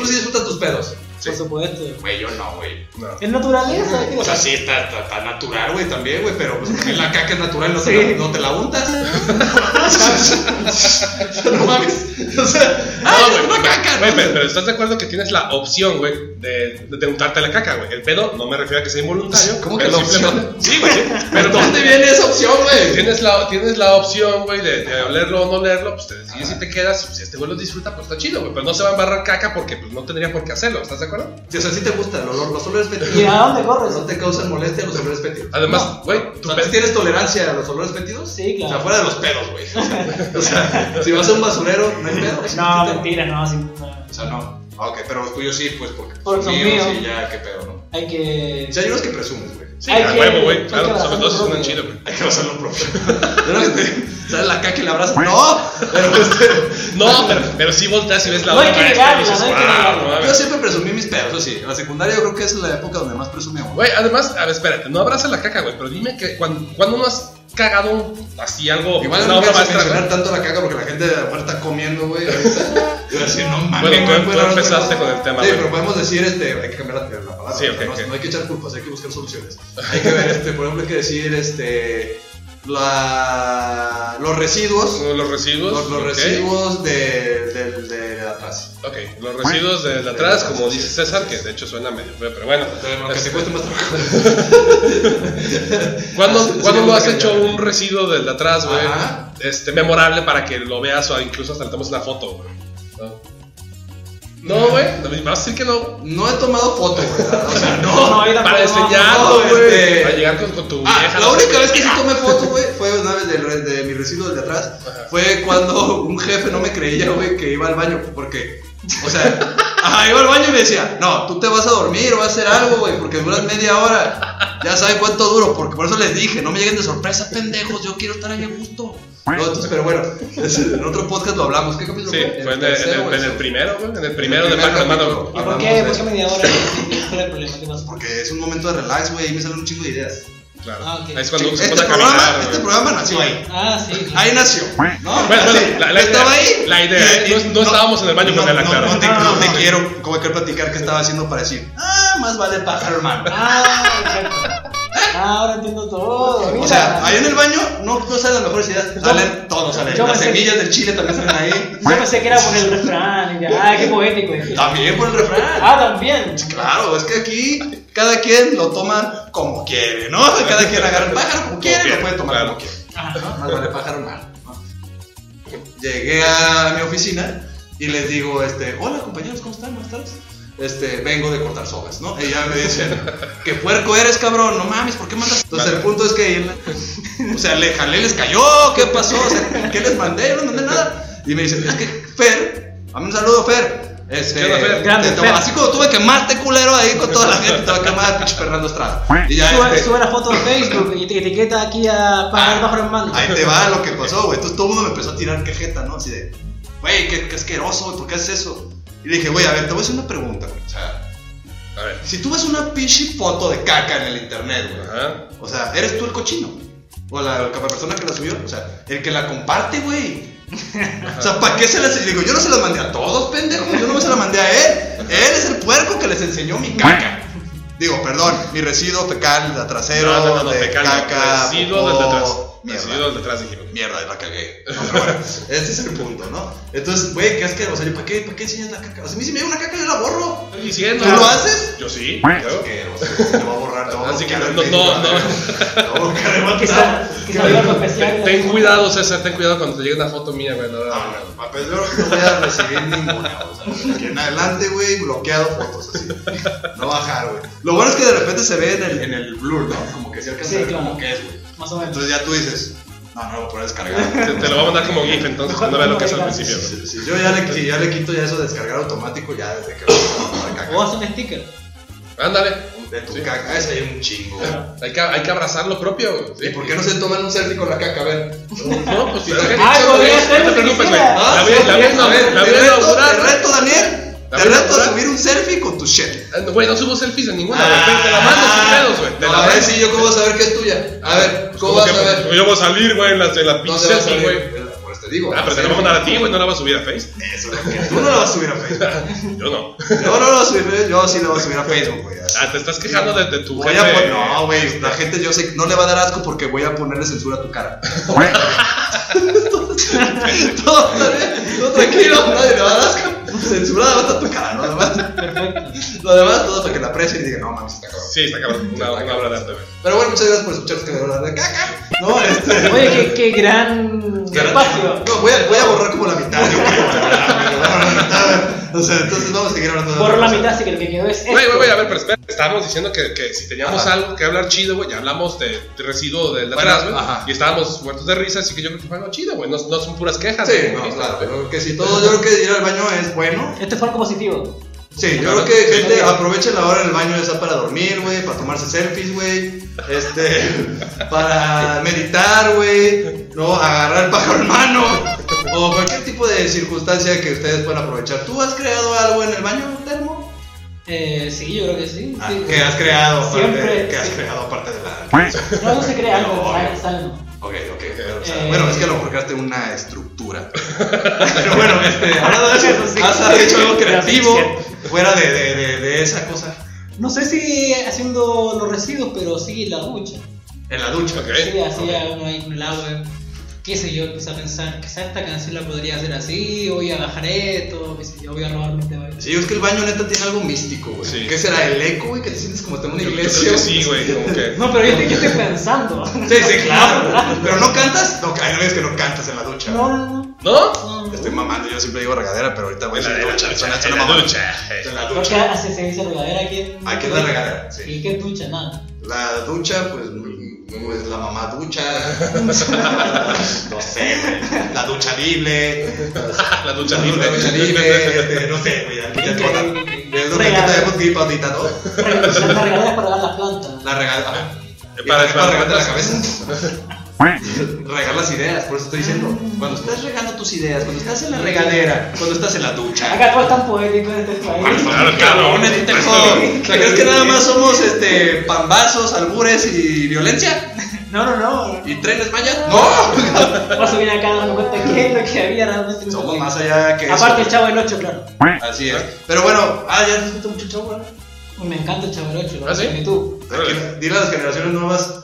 [SPEAKER 4] tú sí disfrutas tus pedos.
[SPEAKER 2] Por supuesto.
[SPEAKER 4] Güey, yo no, güey.
[SPEAKER 3] No.
[SPEAKER 2] Es naturaleza. ¿qué
[SPEAKER 4] O sea,
[SPEAKER 2] pasa?
[SPEAKER 4] sí, está, está, está natural, güey, también, güey, pero pues también la caca es natural, no,
[SPEAKER 2] Sí.
[SPEAKER 4] te, la, no te la untas.
[SPEAKER 3] (laughs)
[SPEAKER 4] O sea, no mames. O sea, ah, es una caca.
[SPEAKER 3] Güey, pero, pero ¿estás de acuerdo que tienes la opción, güey, de, de untarte la caca, güey? El pedo no me refiero a que sea involuntario.
[SPEAKER 4] ¿Cómo que
[SPEAKER 3] pero
[SPEAKER 4] la opción?
[SPEAKER 3] simplemente- Sí, güey.
[SPEAKER 4] (laughs)
[SPEAKER 3] Pero
[SPEAKER 4] ¿Dónde viene esa opción, güey?
[SPEAKER 3] pues, Tienes la, tienes la opción, güey, de, de olerlo o no olerlo, pues te decides si te quedas, si este güey lo disfruta, pues está chido, güey, pero no se va a embarrar caca porque pues, no tendría por qué hacerlo, ¿estás de acuerdo?
[SPEAKER 4] O sea, sí te gusta el olor, los olores fétidos.
[SPEAKER 2] ¿Y a dónde corres?
[SPEAKER 4] No te causan molestia los olores fétidos.
[SPEAKER 3] Además, güey,
[SPEAKER 4] ¿Tú
[SPEAKER 3] tu pedo...
[SPEAKER 4] tienes tolerancia a los olores fétidos?
[SPEAKER 2] Sí, claro.
[SPEAKER 4] O sea, fuera de los pedos,
[SPEAKER 2] (laughs)
[SPEAKER 4] güey. O sea, o sea, si vas a un basurero, no hay pedos.
[SPEAKER 2] No, mentira, no. sí, no.
[SPEAKER 4] O sea, no. Ah, Ok, pero los tuyos sí, pues porque
[SPEAKER 2] Porque son míos.
[SPEAKER 4] y ya, qué pedo, ¿no?
[SPEAKER 2] Hay que.
[SPEAKER 4] O sea, hay unos que presumes, güey.
[SPEAKER 3] Sí,
[SPEAKER 2] Hay
[SPEAKER 3] a
[SPEAKER 2] que-
[SPEAKER 3] huevo, güey,
[SPEAKER 2] hay
[SPEAKER 3] claro,
[SPEAKER 2] que
[SPEAKER 3] sobre todo si
[SPEAKER 2] abrazarlo,
[SPEAKER 3] suena
[SPEAKER 2] güey.
[SPEAKER 3] chido, güey.
[SPEAKER 4] Hay que basarlo propio.
[SPEAKER 3] (laughs)
[SPEAKER 4] ¿Sabes la caca y la abrazas? ¡No! Pero este,
[SPEAKER 3] (laughs) No, pero, pero sí volteas y ves la
[SPEAKER 2] No hay
[SPEAKER 3] otra
[SPEAKER 2] que
[SPEAKER 3] vez, pero
[SPEAKER 2] negarla,
[SPEAKER 3] dices,
[SPEAKER 2] no hay que
[SPEAKER 3] "Wow,
[SPEAKER 2] negarla".
[SPEAKER 3] no mames".
[SPEAKER 4] yo siempre presumí mis pedos, eso sí. En la secundaria yo creo que es la época donde más presumíamos.
[SPEAKER 3] Güey, además, a ver, espérate, no abraza la caca, güey, pero dime que cuando, cuando no has cagado un- así algo,
[SPEAKER 4] Igual
[SPEAKER 3] Oh, una
[SPEAKER 4] no
[SPEAKER 3] obra
[SPEAKER 4] me
[SPEAKER 3] maestra,
[SPEAKER 4] mencionar
[SPEAKER 3] güey.
[SPEAKER 4] tanto la caca porque la gente de afuera está comiendo, güey. (laughs) ahorita. Yo decía, no mames.
[SPEAKER 3] Bueno, tú-
[SPEAKER 4] güey,
[SPEAKER 3] tú
[SPEAKER 4] pero-
[SPEAKER 3] empezaste con el tema,
[SPEAKER 4] Sí,
[SPEAKER 3] güey.
[SPEAKER 4] pero podemos decir, este, hay que cambiar la, la palabra.
[SPEAKER 3] Sí,
[SPEAKER 4] o sea,
[SPEAKER 3] ok,
[SPEAKER 4] no,
[SPEAKER 3] ok.
[SPEAKER 4] no hay que echar culpas, hay que buscar soluciones. Hay que ver, este, por ejemplo, hay que decir, este, la, los residuos.
[SPEAKER 3] Los residuos.
[SPEAKER 4] Los, los
[SPEAKER 3] ok.
[SPEAKER 4] residuos de, de, de atrás.
[SPEAKER 3] Ok, los residuos de, de atrás, como
[SPEAKER 4] Sí,
[SPEAKER 3] dice
[SPEAKER 4] sí,
[SPEAKER 3] César,
[SPEAKER 4] sí,
[SPEAKER 3] que
[SPEAKER 4] sí.
[SPEAKER 3] de hecho suena medio feo, pero bueno.
[SPEAKER 4] Aunque
[SPEAKER 3] Este,
[SPEAKER 4] te cueste más trabajo.
[SPEAKER 3] ¿Cuándo,
[SPEAKER 4] (laughs) Ah, Sí,
[SPEAKER 3] cuándo
[SPEAKER 4] sí,
[SPEAKER 3] no
[SPEAKER 4] sí,
[SPEAKER 3] has
[SPEAKER 4] sí,
[SPEAKER 3] hecho
[SPEAKER 4] sí.
[SPEAKER 3] un residuo del de atrás, güey?
[SPEAKER 4] Ajá.
[SPEAKER 3] Este, memorable para que lo veas o incluso hasta le tomes una foto, güey. ¿no? No, güey. no, Me vas a decir que no.
[SPEAKER 4] No he tomado foto, güey. O
[SPEAKER 3] (laughs)
[SPEAKER 4] sea,
[SPEAKER 2] No,
[SPEAKER 4] no.
[SPEAKER 2] yo tampoco,
[SPEAKER 3] Para
[SPEAKER 2] no,
[SPEAKER 3] enseñarlo,
[SPEAKER 4] no,
[SPEAKER 3] güey.
[SPEAKER 4] este-
[SPEAKER 3] Para llegar con, con tu
[SPEAKER 4] Ah,
[SPEAKER 3] vieja.
[SPEAKER 4] la única vez que sí tomé foto, güey, fue una vez del re- de mi residuo del de atrás. Fue cuando un jefe no me creía, güey, que iba al baño. Porque, o sea, ajá, iba al baño y me decía, no, tú te vas a dormir o vas a hacer algo, güey, porque duras media hora. Ya saben cuánto duro, porque por eso les dije, no me lleguen de sorpresa, pendejos, yo quiero estar ahí a gusto. No, entonces, pero bueno, es- en otro podcast lo hablamos. ¿Qué capítulo
[SPEAKER 3] Sí, fue en el, en
[SPEAKER 4] tercero
[SPEAKER 3] el-
[SPEAKER 4] o
[SPEAKER 3] en el
[SPEAKER 4] segundo?
[SPEAKER 3] primero, güey. En el
[SPEAKER 4] En
[SPEAKER 3] primero
[SPEAKER 4] el
[SPEAKER 3] de Ah,
[SPEAKER 4] primer
[SPEAKER 3] Paco
[SPEAKER 4] capítulo.
[SPEAKER 3] Hermano.
[SPEAKER 2] ¿Y por qué? ¿Por qué media hora? ¿Cuál es el problema? ¿Qué pasa?
[SPEAKER 4] Porque es un momento de relax, güey, y me salen un chingo de ideas.
[SPEAKER 3] Claro.
[SPEAKER 2] Ah, ok.
[SPEAKER 3] Ahí es cuando
[SPEAKER 4] Chicos,
[SPEAKER 3] se
[SPEAKER 4] este,
[SPEAKER 3] pone a
[SPEAKER 4] programa,
[SPEAKER 3] caminar.
[SPEAKER 4] este
[SPEAKER 3] güey.
[SPEAKER 4] programa nació ahí.
[SPEAKER 2] Ah, sí. claro.
[SPEAKER 4] Ahí nació, ¿no?
[SPEAKER 3] Bueno, bueno,
[SPEAKER 4] Así,
[SPEAKER 3] la- la
[SPEAKER 4] yo estaba
[SPEAKER 3] idea-
[SPEAKER 4] ahí.
[SPEAKER 3] la idea, no- no estábamos en el baño con
[SPEAKER 4] no,
[SPEAKER 3] él,
[SPEAKER 4] no,
[SPEAKER 3] aclaro.
[SPEAKER 4] no te,
[SPEAKER 2] No,
[SPEAKER 4] no
[SPEAKER 2] no,
[SPEAKER 4] te
[SPEAKER 2] no.
[SPEAKER 4] quiero como que platicar qué estaba haciendo para decir, ah, más vale pájaro, hermano.
[SPEAKER 2] Ah, exacto. Ah, ahora entiendo todo. Mira.
[SPEAKER 4] O sea, ahí en el baño no, no salen las mejores ideas, salen todos, salen
[SPEAKER 2] yo
[SPEAKER 4] las
[SPEAKER 2] pensé-
[SPEAKER 4] semillas del chile también salen ahí.
[SPEAKER 2] (laughs) Yo pensé que era por el refrán. y ya. Ah, qué poético. dije.
[SPEAKER 4] También por el refrán.
[SPEAKER 2] Ah, también.
[SPEAKER 4] Pues Claro, es que aquí cada quien lo toma como quiere, ¿no? Cada quien agarra el pájaro como quiere, lo
[SPEAKER 3] quiere,
[SPEAKER 4] puede tomar
[SPEAKER 3] claro.
[SPEAKER 4] como quiere.
[SPEAKER 2] Ajá.
[SPEAKER 4] Más vale pájaro hermano, ¿no? Llegué a mi oficina y les digo, este, hola compañeros, ¿cómo están? Buenas tardes. Este, vengo de cortar sogas, ¿no? Y ya me dicen, qué puerco eres, cabrón, no mames, ¿por qué mandas? Entonces el punto es que, (laughs) o sea, le jalé, les cayó, ¿qué pasó? O sea, ¿qué les mandé? Yo no mandé nada. Y me dicen, es que Fer, dame un saludo, Fer. Este,
[SPEAKER 3] ¿Qué onda, Fer?
[SPEAKER 4] te-
[SPEAKER 2] Grande,
[SPEAKER 4] te-
[SPEAKER 2] Fer.
[SPEAKER 4] Así como tuve que quemarte, culero, ahí con toda la gente, te va a quemar, pinche Fernando Estrada. Y ya,
[SPEAKER 2] Sube,
[SPEAKER 4] este,
[SPEAKER 2] sube la foto a Facebook y te etiqueta aquí a para el pájaro en mano.
[SPEAKER 4] Ahí te va lo que pasó, güey. Entonces todo el mundo me empezó a tirar quejeta, ¿no? Así de, güey, qué, qué asqueroso, güey, ¿por qué haces eso? Y le dije, güey, a ver, te voy a hacer una pregunta, güey. O sea,
[SPEAKER 3] A ver.
[SPEAKER 4] si tú ves una pinche foto de caca en el internet, güey,
[SPEAKER 3] Ajá.
[SPEAKER 4] o sea, ¿eres tú el cochino? O la, la persona que la subió, o sea, el que la comparte, güey. (laughs) O sea, ¿para qué se las digo? Yo no se las mandé a todos, pendejo. Yo no me se las mandé a él. Él es el puerco que les enseñó mi caca. Digo, perdón, mi residuo fecal, de trasero,
[SPEAKER 3] No, no, no, no,
[SPEAKER 4] de
[SPEAKER 3] fecal,
[SPEAKER 4] caca,
[SPEAKER 3] Residuos del
[SPEAKER 4] popó,
[SPEAKER 3] de atrás.
[SPEAKER 4] mierda
[SPEAKER 3] Residuos del de atrás, dijimos.
[SPEAKER 4] mierda, la cagué. No, pero bueno, este es el punto, ¿no? Entonces, güey, ¿qué asqueroso? O sea, yo, ¿para qué, ¿para qué enseñas la caca? O sea, a mí si me llega una caca, yo la borro.
[SPEAKER 3] Estoy diciendo.
[SPEAKER 4] ¿Tú lo haces?
[SPEAKER 3] Yo sí. claro.
[SPEAKER 4] Asqueroso, te voy a borrar, te voy a
[SPEAKER 3] Así que
[SPEAKER 4] bloquear en
[SPEAKER 3] no,
[SPEAKER 4] Facebook, a
[SPEAKER 3] no,
[SPEAKER 4] la
[SPEAKER 3] no.
[SPEAKER 4] verga. Te voy a bloquear en
[SPEAKER 2] Quizá,
[SPEAKER 4] WhatsApp.
[SPEAKER 2] quizá había algo
[SPEAKER 3] Ten,
[SPEAKER 2] especial.
[SPEAKER 3] ten cuidado, César, ten cuidado cuando te llegue una foto mía, güey. No, no,
[SPEAKER 4] No,
[SPEAKER 3] no.
[SPEAKER 4] no, papel de oro no voy a recibir ninguna. O sea, de aquí en adelante, güey, bloqueado fotos así. No bajar, güey. Lo bueno es que de repente se ve en el, en el blur, ¿no? Como que se alcanza
[SPEAKER 2] Sí,
[SPEAKER 4] a ver
[SPEAKER 2] claro.
[SPEAKER 4] como que es, güey.
[SPEAKER 2] Más o menos.
[SPEAKER 4] Entonces ya tú dices, no, no lo voy a poder descargar.
[SPEAKER 3] Te, te lo voy a mandar como GIF, entonces cuando veas lo que es al principio,
[SPEAKER 4] Si,
[SPEAKER 3] güey.
[SPEAKER 4] si yo ya le, si ya le quito ya eso de descargar automático, ya desde que la
[SPEAKER 2] O
[SPEAKER 4] caca.
[SPEAKER 2] haz un sticker.
[SPEAKER 3] Ándale.
[SPEAKER 4] De tu caca, ese hay un chingo.
[SPEAKER 3] Hay que, hay que abrazar lo propio,
[SPEAKER 4] ¿Y
[SPEAKER 3] güey.
[SPEAKER 4] por qué no se toman un selfie con la caca? A ver.
[SPEAKER 3] No, pues sí.
[SPEAKER 2] Ah,
[SPEAKER 3] no
[SPEAKER 2] podría ser,
[SPEAKER 3] te
[SPEAKER 2] si
[SPEAKER 3] preocupes, güey.
[SPEAKER 2] quisiera.
[SPEAKER 3] La vez, la vez, la vez, la
[SPEAKER 4] te
[SPEAKER 3] vez
[SPEAKER 4] reto,
[SPEAKER 3] inaugural,
[SPEAKER 4] te
[SPEAKER 3] güey.
[SPEAKER 4] reto, Daniel.
[SPEAKER 3] La
[SPEAKER 4] Te
[SPEAKER 3] vez
[SPEAKER 4] reto a
[SPEAKER 3] inaugural.
[SPEAKER 4] subir un selfie con tu shit.
[SPEAKER 3] Ah, no, Güey, no subo selfies en ninguna, güey. Te- Te la mando sin pedos, güey. Te
[SPEAKER 4] No,
[SPEAKER 3] la
[SPEAKER 4] Ah, a ver
[SPEAKER 3] mando.
[SPEAKER 4] si yo cómo voy a saber que es tuya. A ver, ¿cómo
[SPEAKER 3] Como
[SPEAKER 4] vas
[SPEAKER 3] que,
[SPEAKER 4] a ver?
[SPEAKER 3] pues, Yo voy a salir, güey, en las de la
[SPEAKER 4] ¿Dónde vas a
[SPEAKER 3] pizza,
[SPEAKER 4] ver?
[SPEAKER 3] güey.
[SPEAKER 4] Por eso te digo.
[SPEAKER 3] Ah, pero te la voy a mandar a ti, güey, no la vas a subir a Face.
[SPEAKER 4] Eso es lo que- Tú no la vas a subir a Facebook.
[SPEAKER 3] Yo no.
[SPEAKER 4] Yo no la voy a subir, a Facebook, yo sí la voy a subir a Facebook, güey. así.
[SPEAKER 3] Ah, te estás quejando de, de tu
[SPEAKER 4] Voy a pon- No, güey, la gente yo sé que no le va a dar asco porque voy a ponerle censura a tu cara.
[SPEAKER 3] (laughs)
[SPEAKER 4] Todo, está bien, todo tranquilo, nadie le va a dar asco. Censurada va a estar tu cara, ¿no? Además,
[SPEAKER 2] Perfecto.
[SPEAKER 4] lo demás, todo para que la aprecien y digan, no mames, está cabrón.
[SPEAKER 3] Sí, está cabrón. Una, una obra de arte, güey.
[SPEAKER 4] Pero bueno, muchas gracias por escuchar este video de caca.
[SPEAKER 2] (laughs)
[SPEAKER 4] No, este.
[SPEAKER 2] Oye, qué, qué gran espacio.
[SPEAKER 4] No, voy a, voy a borrar como la mitad. Yo creo, (laughs) güey, voy a borrar la mitad. O sea, entonces vamos a seguir hablando de
[SPEAKER 2] Por la mitad, así que el que quedó es.
[SPEAKER 3] Güey,
[SPEAKER 2] esto.
[SPEAKER 3] güey, güey, a ver, pero espera. Estábamos diciendo que, que si teníamos
[SPEAKER 4] Ajá.
[SPEAKER 3] algo que hablar chido, güey, ya hablamos de, de residuo del de
[SPEAKER 4] Bueno,
[SPEAKER 3] atrás, güey.
[SPEAKER 4] ajá.
[SPEAKER 3] Y estábamos muertos de risa, así que yo creo que fue algo chido, güey. No, no son puras quejas.
[SPEAKER 4] Sí,
[SPEAKER 3] güey.
[SPEAKER 4] no, claro. Pero que si todo, yo creo que ir al baño es bueno.
[SPEAKER 2] Esto Este fue algo positivo.
[SPEAKER 4] Sí, yo creo que gente aproveche la hora en el baño esa para dormir, güey, para tomarse selfies, güey, este, (laughs) para meditar, güey, no, agarrar el pájaro en mano o cualquier tipo de circunstancia que ustedes puedan aprovechar. ¿Tú has creado algo en el baño, Telmo?
[SPEAKER 2] Eh, sí, yo creo que sí.
[SPEAKER 4] Ah,
[SPEAKER 2] sí.
[SPEAKER 4] ¿Qué has creado? aparte-
[SPEAKER 2] Siempre,
[SPEAKER 4] ¿Qué has
[SPEAKER 2] sí.
[SPEAKER 4] creado aparte de la?
[SPEAKER 2] No, no se cree algo.
[SPEAKER 4] (laughs) No.
[SPEAKER 2] sal- sal-
[SPEAKER 4] Ok, ok. pero, o sea,
[SPEAKER 2] Eh.
[SPEAKER 4] Bueno, es que a lo mejor creaste una
[SPEAKER 3] (laughs)
[SPEAKER 4] estructura. Pero bueno, este, hablando de eso,
[SPEAKER 2] Eso sí.
[SPEAKER 3] Ah,
[SPEAKER 4] has hecho algo creativo
[SPEAKER 2] Eso es
[SPEAKER 4] fuera de, de, de, de esa cosa
[SPEAKER 2] No sé si haciendo los residuos, pero sí la ducha.
[SPEAKER 4] en la ducha.
[SPEAKER 3] Ok.
[SPEAKER 2] Sí, hacía uno ahí con el agua. Qué sé yo, empecé a pensar, quizás esta canción la podría hacer así, voy a bajar esto, qué sé yo, voy a robarme este baile.
[SPEAKER 4] Sí, es que el baño neta tiene algo místico, güey.
[SPEAKER 3] Sí.
[SPEAKER 4] ¿Qué será? ¿El eco, güey? Que te sientes como en una
[SPEAKER 3] Yo- yo
[SPEAKER 4] iglesia.
[SPEAKER 3] creo que sí, güey, como que.
[SPEAKER 4] (laughs)
[SPEAKER 2] No, pero yo estoy, yo estoy pensando.
[SPEAKER 3] (laughs)
[SPEAKER 4] Sí, sí, claro. Pero no cantas. No, hay veces que no cantas en la ducha.
[SPEAKER 2] No, no, no.
[SPEAKER 3] ¿No?
[SPEAKER 2] No,
[SPEAKER 6] Estoy mamando, yo siempre digo regadera, pero ahorita voy a
[SPEAKER 3] En la,
[SPEAKER 6] decir
[SPEAKER 3] en la
[SPEAKER 6] ducha.
[SPEAKER 3] ducha,
[SPEAKER 6] Suena suena
[SPEAKER 3] en la
[SPEAKER 6] mamón.
[SPEAKER 3] ducha. (laughs)
[SPEAKER 6] En la
[SPEAKER 2] Creo que
[SPEAKER 6] ducha.
[SPEAKER 2] hace se dice regadera aquí.
[SPEAKER 6] Aquí es la regadera, sí.
[SPEAKER 2] ¿Y qué ducha? Nada.
[SPEAKER 4] La ducha, pues, mm, es la mamá (laughs) ducha. no sé, güey. la ducha libre.
[SPEAKER 3] La ducha
[SPEAKER 4] La
[SPEAKER 3] libre.
[SPEAKER 4] ducha
[SPEAKER 3] (laughs)
[SPEAKER 4] libre, este, no sé, güey. ya- ya toda- Es donde tú te
[SPEAKER 2] Regadera.
[SPEAKER 4] dejo un tip ahorita, ¿no?
[SPEAKER 2] Re- La regadera es para lavar las plantas.
[SPEAKER 4] La regala.
[SPEAKER 3] Para-
[SPEAKER 4] Para,
[SPEAKER 3] para-
[SPEAKER 4] regarte la cabeza. Regar las ideas, por eso estoy diciendo. Cuando estás regando tus ideas, cuando estás en la regadera, cuando estás en la ducha.
[SPEAKER 2] Acá todo es tan poético en este país.
[SPEAKER 3] Claro, claro.
[SPEAKER 4] Cabrones, tú te jodas. O sea, ¿Crees que nada más somos este, pambazos, albures y violencia?
[SPEAKER 2] No, no, no.
[SPEAKER 4] ¿Y trenes mayas? ¡No!
[SPEAKER 2] Vas a venir acá dando cuenta qué es lo que había realmente. en el
[SPEAKER 4] Somos
[SPEAKER 2] país.
[SPEAKER 4] más allá que eso.
[SPEAKER 2] Aparte, el chavo del 8, claro.
[SPEAKER 4] Así es. Pero bueno, ah, ya resulta mucho chavo, ¿verdad?
[SPEAKER 2] Uy, Me encanta el chavo del 8.
[SPEAKER 3] ¿Ah, sí?
[SPEAKER 2] Ni tú.
[SPEAKER 4] Aquí, Dile a las generaciones nuevas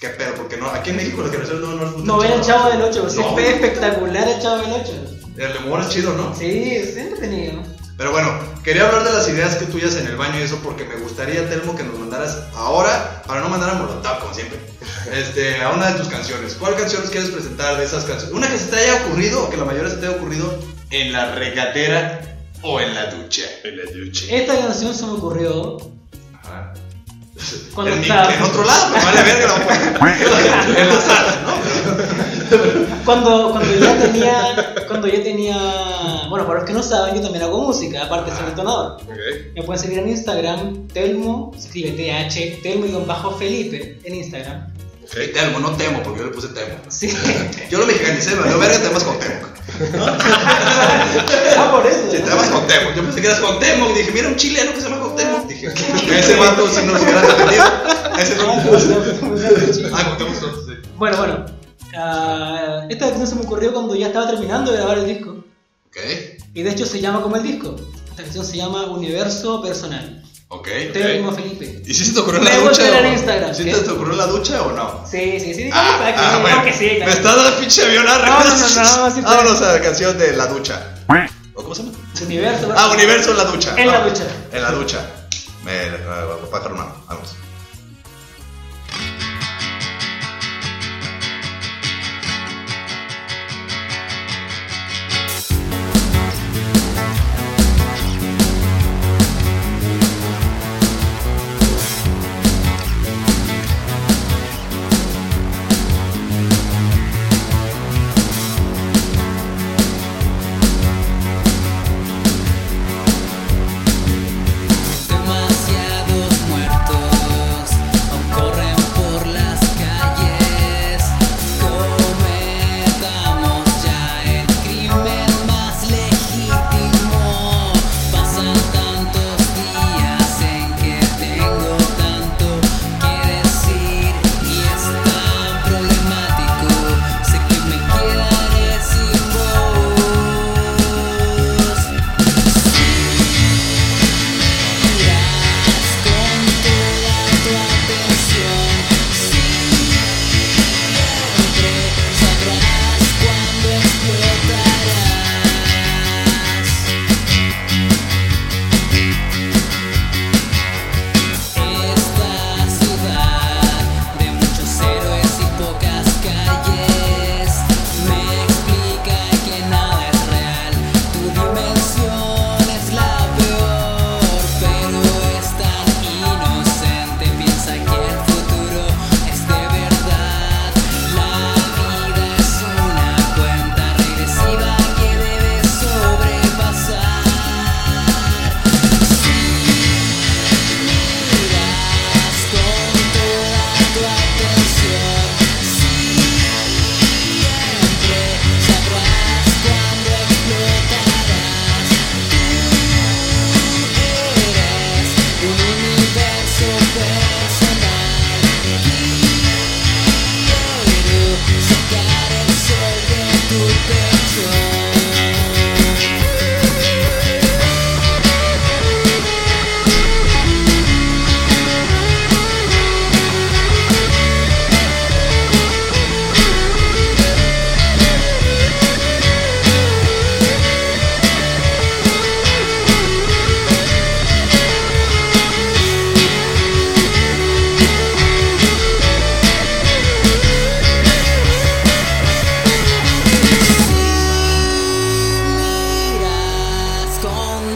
[SPEAKER 4] que pedo, porque no, aquí en México las generaciones nuevas no les gusta
[SPEAKER 2] No ven el chavo del 8.
[SPEAKER 4] No.
[SPEAKER 2] Es espectacular el chavo del 8.
[SPEAKER 4] El humor es chido, ¿no?
[SPEAKER 2] Sí, es entretenido.
[SPEAKER 4] Pero bueno, quería hablar de las ideas que tuyas en el baño y eso porque me gustaría, Telmo, que nos mandaras ahora, para no mandar a Molotov como
[SPEAKER 3] (laughs)
[SPEAKER 4] siempre, este, a una de tus canciones. ¿Cuál canción nos quieres presentar de esas canciones? Una que se te haya ocurrido o que la mayoría se te haya ocurrido en la regatera o en la ducha.
[SPEAKER 3] En la ducha.
[SPEAKER 2] Esta canción se me ocurrió
[SPEAKER 4] Ajá.
[SPEAKER 2] Cuando
[SPEAKER 4] Ah. en, mi-
[SPEAKER 2] estaba-
[SPEAKER 4] en otro lado, me vale verga, no pues. En la sala, ¿no?
[SPEAKER 2] Cuando, cuando yo tenía, cuando yo tenía, bueno, para los que no saben, yo también hago música, aparte de ser detonador.
[SPEAKER 3] Ok.
[SPEAKER 2] Me pueden seguir en Instagram, Telmo, se escribe TH, Telmo y bajo Felipe en Instagram.
[SPEAKER 3] Ok.
[SPEAKER 4] Y Telmo, no Temo, porque yo le puse Temo.
[SPEAKER 2] Sí. (laughs)
[SPEAKER 4] Yo lo mexicanicé, me valió verga, te amas con Temo.
[SPEAKER 2] Ah, por eso.
[SPEAKER 4] Te
[SPEAKER 2] ¿no?
[SPEAKER 4] amas con Temo. Yo pensé que eras con Temo y dije, mira un chileno que se llama con Temo. Dije, ese vato si no nos hubiera entendido. Ese fue un justo. Ah, con Temo sí.
[SPEAKER 2] Bueno, bueno. ah, esta canción se me ocurrió cuando ya estaba terminando de grabar el disco.
[SPEAKER 4] Ok,
[SPEAKER 2] Y de hecho se llama como el disco. Esta canción se llama Universo Personal.
[SPEAKER 4] ok.
[SPEAKER 2] Telmo Felipe.
[SPEAKER 6] ¿Y si se te ocurrió en
[SPEAKER 2] Me
[SPEAKER 6] la
[SPEAKER 2] gusta
[SPEAKER 6] ducha?
[SPEAKER 2] ver en
[SPEAKER 6] o-
[SPEAKER 2] Instagram.
[SPEAKER 4] ¿Sí
[SPEAKER 2] ¿qué?
[SPEAKER 4] te ocurrió la ducha o no?
[SPEAKER 2] Sí, sí, sí.
[SPEAKER 4] Ah,
[SPEAKER 2] para que-
[SPEAKER 4] ah,
[SPEAKER 2] no,
[SPEAKER 4] bueno.
[SPEAKER 2] que sí,
[SPEAKER 4] Me
[SPEAKER 2] claro.
[SPEAKER 4] está dando pinche avión arriba.
[SPEAKER 2] No, no, no, no, sí, pero-
[SPEAKER 4] Vámonos a la canción de la ducha. ¿O cómo se llama?
[SPEAKER 2] Universo
[SPEAKER 4] Ah, universo en la ducha.
[SPEAKER 2] En la
[SPEAKER 4] Ah,
[SPEAKER 2] ducha.
[SPEAKER 4] En la ducha. Me, eh, pájaro hermano, vamos.
[SPEAKER 7] Demasiados muertos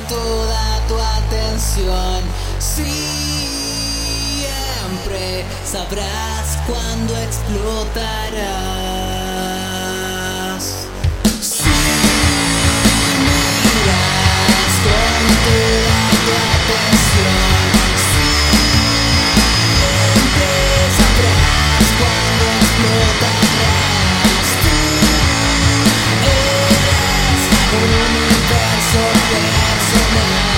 [SPEAKER 8] toda tu atención. Siempre sabrás cuándo explotarás. Si miras con toda tu atención, siempre sabrás cuándo explotarás. Tú eres un universo personal.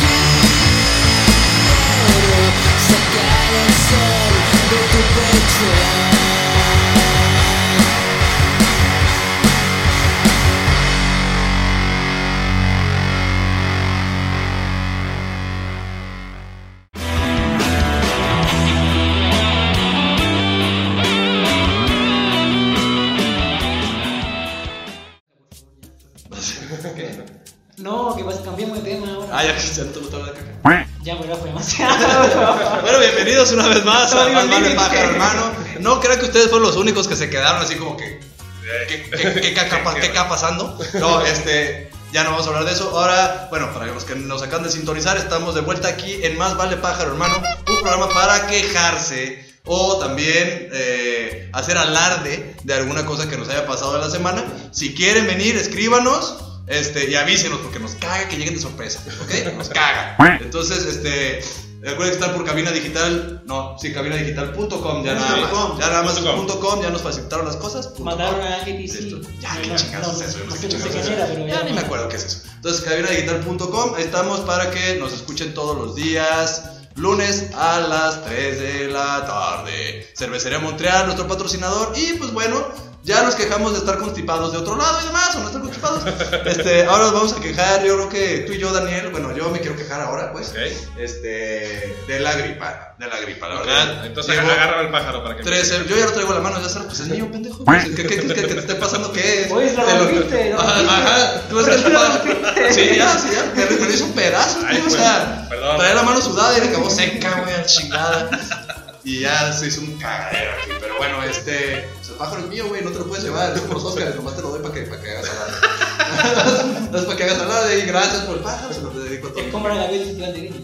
[SPEAKER 8] Quiero sacar el sol de tu pecho.
[SPEAKER 2] No, que pasa, cambiamos de tema ahora.
[SPEAKER 4] Ah, ya, ya te gustó hablar de caca.
[SPEAKER 2] Ya, pero ya fue demasiado. (laughs)
[SPEAKER 4] Ah, Bueno, bienvenidos una vez más a
[SPEAKER 2] Sorry,
[SPEAKER 4] Más Vale
[SPEAKER 2] Olivia.
[SPEAKER 4] Pájaro, hermano. No crean que ustedes fueron los únicos que se quedaron así como que. ¿Qué, qué-
[SPEAKER 3] (laughs)
[SPEAKER 4] qué caca, pa- qué caca pasando? No, este. Ya no vamos a hablar de eso. Ahora, bueno, para los que nos acaban de sintonizar, estamos de vuelta aquí en Más Vale Pájaro, hermano. Un programa para quejarse o también eh, hacer alarde de alguna cosa que nos haya pasado en la semana. Si quieren venir, escríbanos. Este, y avísenos porque nos caga que lleguen de sorpresa, ¿ok? Nos caga. Entonces, este, recuerden que están por cabina digital, no, sí, cabinadigital.com, ya nada
[SPEAKER 3] Sí.
[SPEAKER 4] más. Ya nada más es
[SPEAKER 3] Punto com.
[SPEAKER 4] punto com, ya nos facilitaron las cosas. punto
[SPEAKER 2] Mataron
[SPEAKER 4] com.
[SPEAKER 2] a alguien y sí.
[SPEAKER 4] Listo. Ya, qué chingados es eso, yo
[SPEAKER 2] No
[SPEAKER 4] no sé
[SPEAKER 2] sé
[SPEAKER 4] qué
[SPEAKER 2] qué
[SPEAKER 4] chingados es
[SPEAKER 2] era, pero
[SPEAKER 4] eso. Ya
[SPEAKER 2] ya.
[SPEAKER 4] ni me acuerdo qué es eso. Entonces, cabinadigital.com, ahí estamos para que nos escuchen todos los días. Lunes a las 3 de la tarde. Cervecería Montreal, nuestro patrocinador. Y pues bueno, ya nos quejamos de estar constipados de otro lado y demás, o no estar constipados.
[SPEAKER 3] (laughs)
[SPEAKER 4] Este, ahora nos vamos a quejar. Yo creo que tú y yo, Daniel, bueno, yo me quiero quejar ahora, pues.
[SPEAKER 3] Ok.
[SPEAKER 4] Este, de la gripa, de la gripa, la verdad.
[SPEAKER 3] Entonces
[SPEAKER 4] Llevo
[SPEAKER 3] agarra el pájaro para que.
[SPEAKER 4] tres, eh, yo ya lo traigo en la mano, ya sabes, pues es mío, pendejo. Pues, ¿Qué, qué crees que que te esté pasando? ¿Qué es?
[SPEAKER 2] Oye, lo
[SPEAKER 4] Te
[SPEAKER 2] rompiste, lo
[SPEAKER 4] Ajá,
[SPEAKER 2] rompiste.
[SPEAKER 4] Ajá, tú eres el
[SPEAKER 2] Lo
[SPEAKER 4] culpable.
[SPEAKER 2] rompiste.
[SPEAKER 4] Sí, ya, sí, ya. Me lo hizo un pedazo,
[SPEAKER 3] Ay,
[SPEAKER 4] tío, o
[SPEAKER 3] pues,
[SPEAKER 4] sea,
[SPEAKER 3] perdón.
[SPEAKER 4] traía la mano sudada y le acabó seca, güey, a la chingada. Y ya se hizo un cagadero aquí, pero bueno, este. pues, el pájaro es mío, güey, no te lo puedes llevar. Es por los Oscars, nomás te lo doy para que, para que hagas (laughs) alarde. No es para que hagas alarde y gracias por el pájaro, se lo dedico a todo.
[SPEAKER 2] Es como la gaviota del festival de Viña.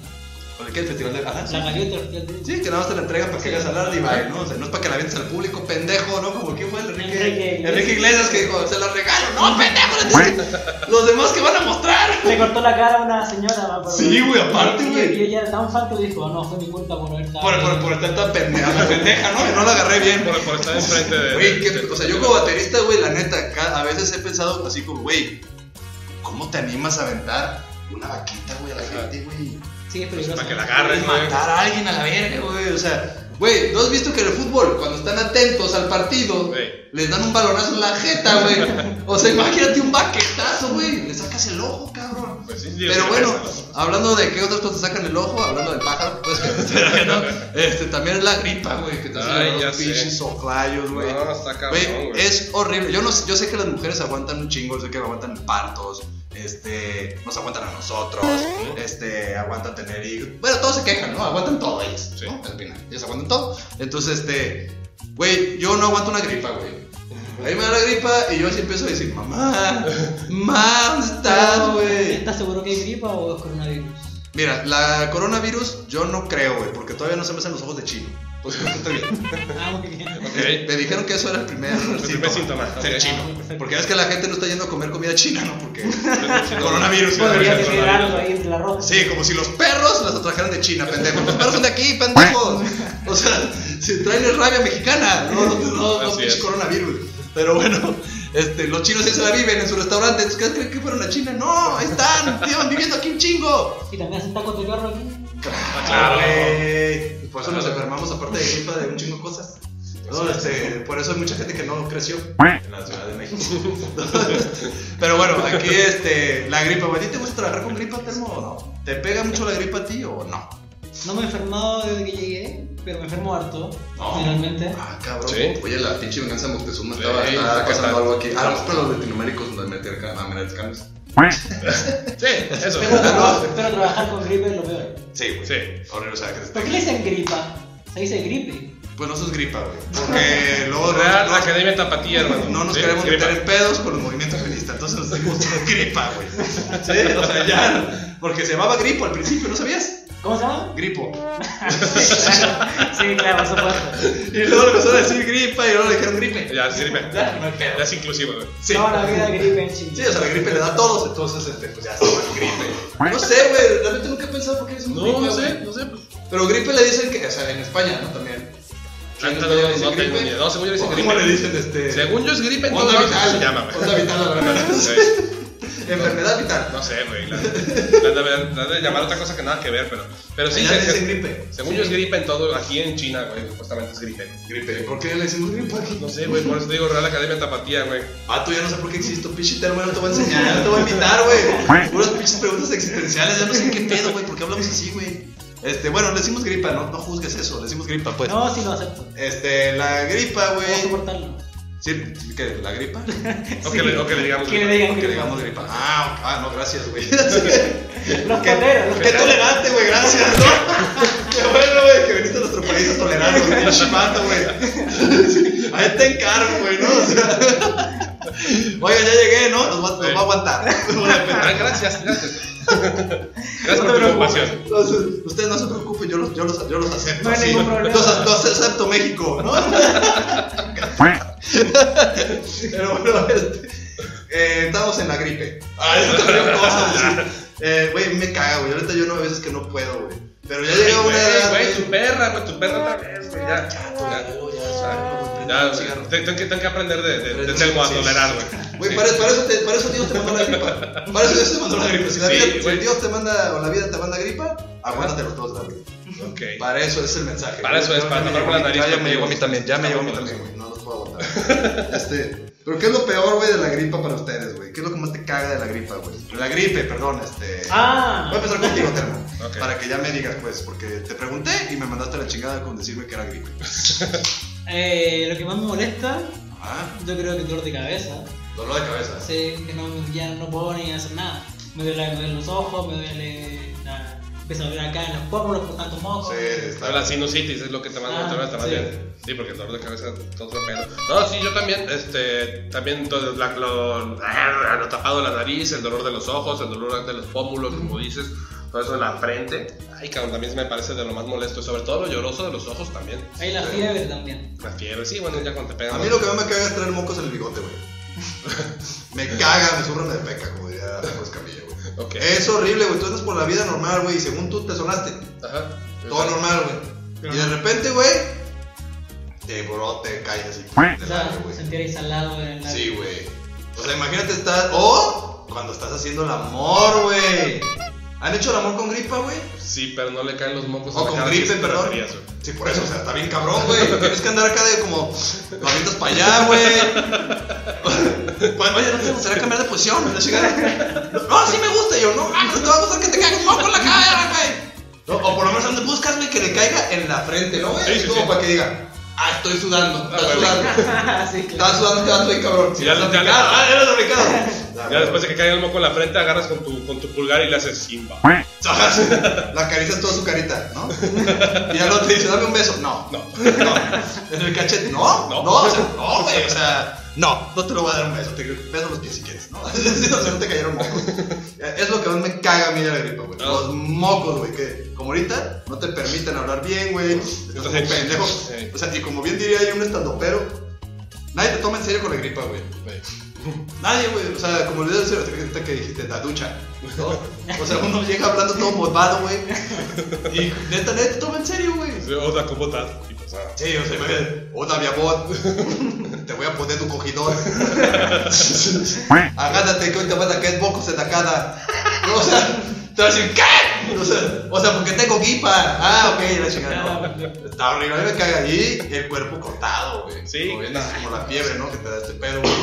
[SPEAKER 4] ¿Por qué el festival de Ajá, sí.
[SPEAKER 2] La gaviota del festival de Viña.
[SPEAKER 4] Sí, que nada más te la entregan para que
[SPEAKER 2] Sí.
[SPEAKER 4] hagas alarde y vaya, ¿no? O sea, no es para que la vendes al público, pendejo, ¿no? Como que fue el Enrique,
[SPEAKER 2] Enrique Iglesias.
[SPEAKER 4] Enrique, Iglesias que dijo, se la regalo, no, pendejo, la tienes que- los demás que van a mostrar.
[SPEAKER 2] Le cortó la cara a una señora. va, por-
[SPEAKER 4] Sí, güey, aparte,
[SPEAKER 2] Y- y-
[SPEAKER 4] güey.
[SPEAKER 2] Y ella era tan fan que dijo, no, fue mi culpa por haber estado.
[SPEAKER 4] Por, por, por estar tan pendeja, la pendeja, ¿no? Que no la agarré bien.
[SPEAKER 3] Por, por estar enfrente de.
[SPEAKER 4] Güey, que-
[SPEAKER 3] de-
[SPEAKER 4] o sea, yo como baterista, güey, la neta, ca- a veces he pensado así como, güey, ¿cómo te animas a aventar una vaquita, güey, a la
[SPEAKER 3] Ajá.
[SPEAKER 4] gente, güey?
[SPEAKER 2] Sí, es peligroso.
[SPEAKER 3] Para que la agarren,
[SPEAKER 4] Es
[SPEAKER 3] güey.
[SPEAKER 4] matar a alguien a la verga, güey. O sea, güey, ¿no has visto que en el fútbol, cuando están atentos al partido,
[SPEAKER 3] Güey.
[SPEAKER 4] les dan un balonazo en la jeta, güey? O sea, imagínate un baquetazo, güey. Le sacas el ojo, cabrón.
[SPEAKER 3] Pues sí, digo,
[SPEAKER 4] Pero
[SPEAKER 3] sí,
[SPEAKER 4] bueno,
[SPEAKER 3] pasa,
[SPEAKER 4] hablando de qué otras cosas sacan el ojo, hablando del pájaro, pues (laughs) ¿no? este, también es la gripa, güey, que te
[SPEAKER 3] Ay,
[SPEAKER 4] hacen
[SPEAKER 3] ya
[SPEAKER 4] los
[SPEAKER 3] sé.
[SPEAKER 4] pinches ojlayos, güey.
[SPEAKER 3] No, está cabrón,
[SPEAKER 4] Güey,
[SPEAKER 3] güey.
[SPEAKER 4] es horrible. Yo, no, sé- yo sé que las mujeres aguantan un chingo, sé que aguantan partos, este, nos aguantan a nosotros, este, aguantan tener hijos. Bueno, todos se quejan, ¿no? Aguantan todo ellas,
[SPEAKER 3] Sí.
[SPEAKER 4] ¿no? Al final, ellas aguantan todo. Entonces, este, güey, yo no aguanto una gripa, güey. Ahí me da la gripa y yo así empiezo a decir, mamá, mamá, ¿dónde estás, Ah, güey?
[SPEAKER 2] ¿Estás seguro que hay gripa o es coronavirus?
[SPEAKER 4] Mira, la coronavirus yo no creo, güey, porque todavía no se me hacen los ojos de chino. Pues (laughs) creo que estoy bien.
[SPEAKER 2] Ah, muy bien.
[SPEAKER 3] Ok.
[SPEAKER 4] Me dijeron que eso era el primer
[SPEAKER 3] (laughs) El primer síntoma.
[SPEAKER 4] Ser
[SPEAKER 3] Ok.
[SPEAKER 4] chino.
[SPEAKER 2] Ah, Perfecto.
[SPEAKER 4] Porque es que la gente no está yendo a comer comida china, ¿no? Porque
[SPEAKER 3] (laughs)
[SPEAKER 4] coronavirus.
[SPEAKER 2] Podría
[SPEAKER 4] coronavirus.
[SPEAKER 2] tener algo ahí entre la ropa.
[SPEAKER 4] Sí, como si los perros las atrajeran de China, pendejo. Los perros son de aquí, pendejos. O sea, si traen rabia mexicana, no, no, no, no
[SPEAKER 3] Así
[SPEAKER 4] pinche
[SPEAKER 3] es.
[SPEAKER 4] coronavirus. Pero bueno, este, los chinos sí se la viven en su restaurante. ¿Ustedes creen que fueron a China? No, ahí están, llevan viviendo aquí un chingo.
[SPEAKER 2] Y también hacen tacos de carro aquí.
[SPEAKER 3] Ah, claro.
[SPEAKER 4] Güey, Eh, Por eso nos enfermamos, aparte de gripa, de un chingo de cosas. No, este, por eso hay mucha gente que no creció en la Ciudad de México. (laughs) Pero bueno, aquí este, la gripa, güey. ¿A ti te gusta trabajar con gripa, Telmo, o no? ¿Te pega mucho la gripa a ti o no?
[SPEAKER 2] No me he enfermado desde que llegué, pero me enfermo harto,
[SPEAKER 4] No.
[SPEAKER 2] generalmente.
[SPEAKER 4] Ah, cabrón.
[SPEAKER 3] Sí.
[SPEAKER 4] Oye, la pinche venganza de Moctezuma
[SPEAKER 3] Sí,
[SPEAKER 4] estaba, estaba
[SPEAKER 3] está
[SPEAKER 4] pasando
[SPEAKER 3] pasando.
[SPEAKER 4] algo aquí. A lo mejor los latinoaméricos nos meter a americanos.
[SPEAKER 3] Sí, eso.
[SPEAKER 2] Pero, trabajar- pero trabajar con gripe es lo peor.
[SPEAKER 4] Sí, güey.
[SPEAKER 3] Sí.
[SPEAKER 4] Horrible, o sea, que
[SPEAKER 2] ¿Por
[SPEAKER 4] está...
[SPEAKER 2] qué le dicen gripa? Se dice gripe.
[SPEAKER 4] Pues no sos gripa, güey.
[SPEAKER 3] (laughs)
[SPEAKER 4] Porque luego.
[SPEAKER 3] Real
[SPEAKER 4] luego-
[SPEAKER 3] Academia Tapatía, hermano.
[SPEAKER 4] No nos
[SPEAKER 3] Sí,
[SPEAKER 4] queremos
[SPEAKER 3] gripa.
[SPEAKER 4] (laughs) meter en pedos con los movimientos feministas, entonces nos dimos una gripa, güey. Sí, o sea, ya. Porque se llamaba Gripo al principio, ¿no sabías?
[SPEAKER 2] ¿Cómo se llama?
[SPEAKER 4] Gripo.
[SPEAKER 2] sí, claro, por supuesto.
[SPEAKER 4] Y luego le empezaron a decir gripa y luego le dijeron gripe.
[SPEAKER 3] Ya, sirve.
[SPEAKER 4] Ya, no hay pedo.
[SPEAKER 3] Ya es inclusiva, güey.
[SPEAKER 4] Sí.
[SPEAKER 2] No, la vida de gripe en
[SPEAKER 4] Sí,
[SPEAKER 2] Chile.
[SPEAKER 4] o sea, la gripe le da a todos, entonces, este, pues ya se llama gripe. No sé, güey, realmente nunca he pensado por qué es un gripe.
[SPEAKER 3] No, no
[SPEAKER 4] güey.
[SPEAKER 3] sé, no sé. pues.
[SPEAKER 4] Pero gripe le dicen que, o sea, en España, ¿no? También.
[SPEAKER 3] Ah, No,
[SPEAKER 4] ¿Según yo le
[SPEAKER 3] no,
[SPEAKER 4] dicen
[SPEAKER 3] no tengo
[SPEAKER 4] gripe?
[SPEAKER 3] ni idea. No, según yo le dicen
[SPEAKER 4] ¿O
[SPEAKER 3] gripe.
[SPEAKER 4] ¿Cómo le dicen este?
[SPEAKER 3] Según yo es gripe, en
[SPEAKER 4] Onda
[SPEAKER 3] todos lados
[SPEAKER 4] vital.
[SPEAKER 3] se llama, güey.
[SPEAKER 4] Onda vital a la verdad.
[SPEAKER 3] Sí.
[SPEAKER 4] Enfermedad vital.
[SPEAKER 3] No sé, güey. La, la, la- la de llamar otra cosa que nada que ver, pero. Pero sí,
[SPEAKER 4] Allá le
[SPEAKER 3] se-
[SPEAKER 4] dicen
[SPEAKER 3] se-
[SPEAKER 4] gripe.
[SPEAKER 3] según yo es gripe en todo. Aquí en China, güey, supuestamente es gripe.
[SPEAKER 4] Gripe. ¿Por qué le decimos gripe aquí?
[SPEAKER 3] No sé, güey, por eso te digo Real Academia Tapatía, güey.
[SPEAKER 4] Ah, tú ya no sé por qué existo, pinche termo, no te voy a enseñar, no te voy a invitar, güey. Puras pinches preguntas existenciales, ya no sé qué pedo, güey, ¿por qué hablamos así, güey? Este, bueno, le decimos gripa, no, no juzgues eso, le decimos gripa, pues.
[SPEAKER 2] No, sí lo acepto.
[SPEAKER 4] Este, la gripa,
[SPEAKER 2] Puedo
[SPEAKER 4] güey.
[SPEAKER 2] soportarlo.
[SPEAKER 4] Sí, ¿qué? ¿La gripa?
[SPEAKER 3] O que le- o que le digamos
[SPEAKER 2] Que
[SPEAKER 3] gripa,
[SPEAKER 2] le digan
[SPEAKER 4] Que
[SPEAKER 2] gripe.
[SPEAKER 4] digamos gripa. Ah, ah, no, gracias, güey. (laughs) qué
[SPEAKER 2] Los poteros, los
[SPEAKER 4] qué tolerante, güey, gracias, ¿no? Qué bueno, güey, que viniste a nuestro país a tolerarnos, güey, pinche vato, güey. Ahí te encargo, güey, ¿no? O sea, Oiga, ya llegué, ¿no? Nos va, nos va a aguantar.
[SPEAKER 3] Ah, gracias,
[SPEAKER 4] (laughs)
[SPEAKER 3] gracias.
[SPEAKER 4] No te
[SPEAKER 3] gracias por tu
[SPEAKER 4] preocupes.
[SPEAKER 3] preocupación.
[SPEAKER 4] Entonces, Ustedes no se preocupen, yo los, yo los, yo los acepto.
[SPEAKER 2] No hay
[SPEAKER 4] sí.
[SPEAKER 2] ningún problema.
[SPEAKER 4] Los, los acepto México,
[SPEAKER 3] (laughs)
[SPEAKER 4] ¿no? Pero bueno, este, eh, estamos en la gripe. Ah, eso también
[SPEAKER 3] (laughs)
[SPEAKER 4] cosas. sí. Eh, Güey, me caga, güey. Ahorita yo no, a veces que no puedo, güey. Pero ya llega una
[SPEAKER 3] Güey,
[SPEAKER 4] edad.
[SPEAKER 3] güey, tu perra, güey, tu perra
[SPEAKER 4] Ah,
[SPEAKER 3] otra vez, güey. Ya, ya.
[SPEAKER 4] güey, ya, ya,
[SPEAKER 3] Ya,
[SPEAKER 4] prende un
[SPEAKER 3] güey,
[SPEAKER 4] cigarro.
[SPEAKER 3] te- tengo que, tengo que aprender de, de, de
[SPEAKER 4] Prende-
[SPEAKER 3] Telmo a
[SPEAKER 4] sí.
[SPEAKER 3] tolerar, güey.
[SPEAKER 4] Güey, para, para eso te, para eso Dios te mandó la gripa. Para eso Dios te mandó la gripa. Si, la
[SPEAKER 3] Sí,
[SPEAKER 4] vida, si
[SPEAKER 3] güey.
[SPEAKER 4] Dios te manda o la vida te manda gripa, aguántate los dos, la güey.
[SPEAKER 3] Ok.
[SPEAKER 4] Para eso es el mensaje.
[SPEAKER 3] Para eso es, para tapar con la nariz,
[SPEAKER 4] Ya
[SPEAKER 3] porque
[SPEAKER 4] me llegó a mí también, ya me llegó a mí
[SPEAKER 3] Estamos
[SPEAKER 4] también, güey. No los puedo aguantar.
[SPEAKER 3] (laughs)
[SPEAKER 4] Este, pero ¿qué es lo peor, güey, de la gripa para ustedes, güey? ¿Qué es lo que más te caga de la gripa, güey? La gripe, perdón, este.
[SPEAKER 2] Ah.
[SPEAKER 4] Voy a empezar contigo, Termo.
[SPEAKER 3] Ok.
[SPEAKER 4] Para que ya me digas, pues, porque te pregunté y me mandaste la chingada con decirme que era gripe.
[SPEAKER 2] Eh, lo que más me molesta,
[SPEAKER 4] Ajá.
[SPEAKER 2] yo creo que el dolor de cabeza.
[SPEAKER 4] Ah, Dolor de cabeza.
[SPEAKER 2] Sé que no, ya no puedo ni hacer nada. Me duele, me duelen los ojos, me duele la... Empieza a doler acá en los pómulos por tanto moco.
[SPEAKER 4] Sí, está.
[SPEAKER 3] La sinusitis es lo que te manda
[SPEAKER 2] Ah,
[SPEAKER 3] te manda- te manda
[SPEAKER 2] sí.
[SPEAKER 3] bien. Sí, porque el dolor de cabeza todo otro pedo. No, sí, yo también, este, también todo, la- lo, ah, lo tapado de la nariz, el dolor de los ojos, el dolor de los pómulos, como dices, todo eso en la frente. Ay, cabrón, también me parece de lo más molesto, sobre todo lo lloroso de los ojos también.
[SPEAKER 2] Hay la fiebre también.
[SPEAKER 3] La fiebre, sí, bueno, ya cuando te pegan.
[SPEAKER 4] A mí lo que más me caga es traer mocos en el bigote,
[SPEAKER 3] (laughs)
[SPEAKER 4] güey. me caga, me zurran de peca, como diría Rafa Escamilla, güey.
[SPEAKER 3] Ok.
[SPEAKER 4] Es horrible, güey. Tú andas por la vida normal, güey, y según tú te sonaste.
[SPEAKER 3] Ajá.
[SPEAKER 4] Todo normal, güey. Y de repente, güey, te bro, te caes así.
[SPEAKER 2] O
[SPEAKER 4] de
[SPEAKER 2] sea,
[SPEAKER 4] labio, güey.
[SPEAKER 2] sentir ahí salado en el labio.
[SPEAKER 4] Sí, güey. O sea, imagínate estar. O cuando estás haciendo el amor, güey. ¿Han hecho el amor con gripa, güey?
[SPEAKER 3] Sí, pero no le caen los mocos
[SPEAKER 4] O
[SPEAKER 3] la
[SPEAKER 4] con
[SPEAKER 3] cara, sí,
[SPEAKER 4] gripe,
[SPEAKER 3] te
[SPEAKER 4] perdón.
[SPEAKER 3] referías, güey.
[SPEAKER 4] Sí, por eso, o sea, está bien cabrón, güey. Tienes que andar acá de como. Lo avientas para allá, güey. (laughs) Bueno, oye, ¿no te gustaría cambiar de posición? La chingada. No, sí me gusta. Y yo, no, ah, no te va a gustar que te caiga un moco en la cara, güey. No, o por lo menos ande, buscas, güey, que le caiga en la frente, ¿no, güey?
[SPEAKER 3] Sí, sí,
[SPEAKER 4] Así como
[SPEAKER 3] sí.
[SPEAKER 4] para que diga, ah, estoy sudando,
[SPEAKER 3] Ah,
[SPEAKER 4] estás
[SPEAKER 3] güey.
[SPEAKER 2] (laughs)
[SPEAKER 4] sudando.
[SPEAKER 2] sí, claro.
[SPEAKER 4] Estás sudando, te vas bien cabrón.
[SPEAKER 3] Sí, ya
[SPEAKER 4] Estás
[SPEAKER 3] lo- ya lo-
[SPEAKER 4] picado. Ah, eres picado.
[SPEAKER 3] Ya después de que caiga el moco en la frente, agarras con tu, con tu pulgar y le haces simba.
[SPEAKER 4] (laughs) La acaricias toda su carita, ¿no? Y al otro dice, dame un beso. No, no, no. En el cachete, no, no,
[SPEAKER 3] No.
[SPEAKER 4] o sea, no, güey, o sea, no, no te lo voy a dar un beso. Te beso los pies si quieres, ¿no? (laughs) Sí, o sea, no te cayeron mocos. Es lo que más me caga a mí de la gripa, güey. Los mocos, güey, que como ahorita no te permiten hablar bien, güey. Estás como pendejo. O sea, y como bien diría ahí un estandopero, nadie te toma en serio con la gripa, güey. Nadie, güey. O sea, como le dije ahorita que dijiste, la ducha. ¿no? O sea, uno llega hablando todo bobado, güey. Y neta, nadie te toma en serio, güey.
[SPEAKER 3] Oda, ¿cómo estás? Y pues, ah,
[SPEAKER 4] Sí, o sea, imagínate, hola mi amor, (laughs) te voy a poner tu cogidor. Agárrate que hoy te van a caer bocos en la cara. No, o sea, te vas a decir, ¿qué? O sea, o sea, porque tengo gripa. Ah, ok, la chingada. no. Está horrible, a mí me caga ahí el cuerpo cortado, güey.
[SPEAKER 3] Sí.
[SPEAKER 4] Como, bien, así como la fiebre, ¿no? Que te da este pedo, güey.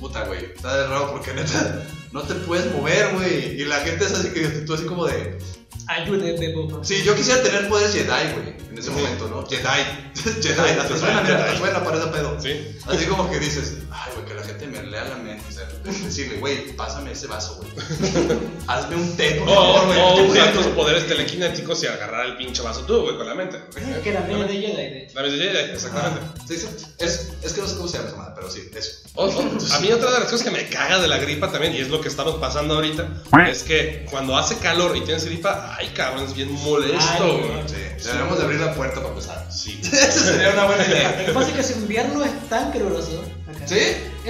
[SPEAKER 4] Puta, güey. Está de raro porque neta, no te puedes mover, güey. Y la gente es así que tú así como de.
[SPEAKER 2] Ayúdenme, por favor.
[SPEAKER 4] Sí, yo quisiera tener poderes Jedi, güey, en ese momento, ¿no? Jedi. (laughs) Jedi, hasta
[SPEAKER 3] Jedi,
[SPEAKER 4] suena, mira, hasta
[SPEAKER 3] Jedi.
[SPEAKER 4] suena para ese pedo.
[SPEAKER 3] Sí.
[SPEAKER 4] Así como que dices, ay, güey, que la gente me lea la mente. O sea, decirle, güey, pásame ese vaso,
[SPEAKER 3] (laughs)
[SPEAKER 4] güey. Hazme un té, por
[SPEAKER 3] O,
[SPEAKER 4] favor, güey.
[SPEAKER 3] o
[SPEAKER 4] Te
[SPEAKER 3] usar tus
[SPEAKER 4] juro.
[SPEAKER 3] poderes telequinéticos y agarrar el pinche vaso tú, güey, con la mente.
[SPEAKER 2] Que la media de Jedi, de hecho.
[SPEAKER 3] La mente de Jedi, exactamente.
[SPEAKER 4] Ah, Oh, sí, sí. Es, es que no sé cómo se llama esa madre, pero sí, eso.
[SPEAKER 3] O- o- Oh, a mí otra de las cosas que me caga de la gripa también, y es lo que estamos pasando ahorita, es que cuando hace calor y tienes gripa, ay cabrón, es bien molesto,
[SPEAKER 2] Ay,
[SPEAKER 3] güey.
[SPEAKER 4] Sí, deberíamos de abrir la puerta para pasar. (laughs)
[SPEAKER 3] Sí.
[SPEAKER 4] Esa sería una buena
[SPEAKER 2] Lo
[SPEAKER 4] idea.
[SPEAKER 2] que pasa es que su invierno es tan caluroso. acá.
[SPEAKER 4] ¿Sí?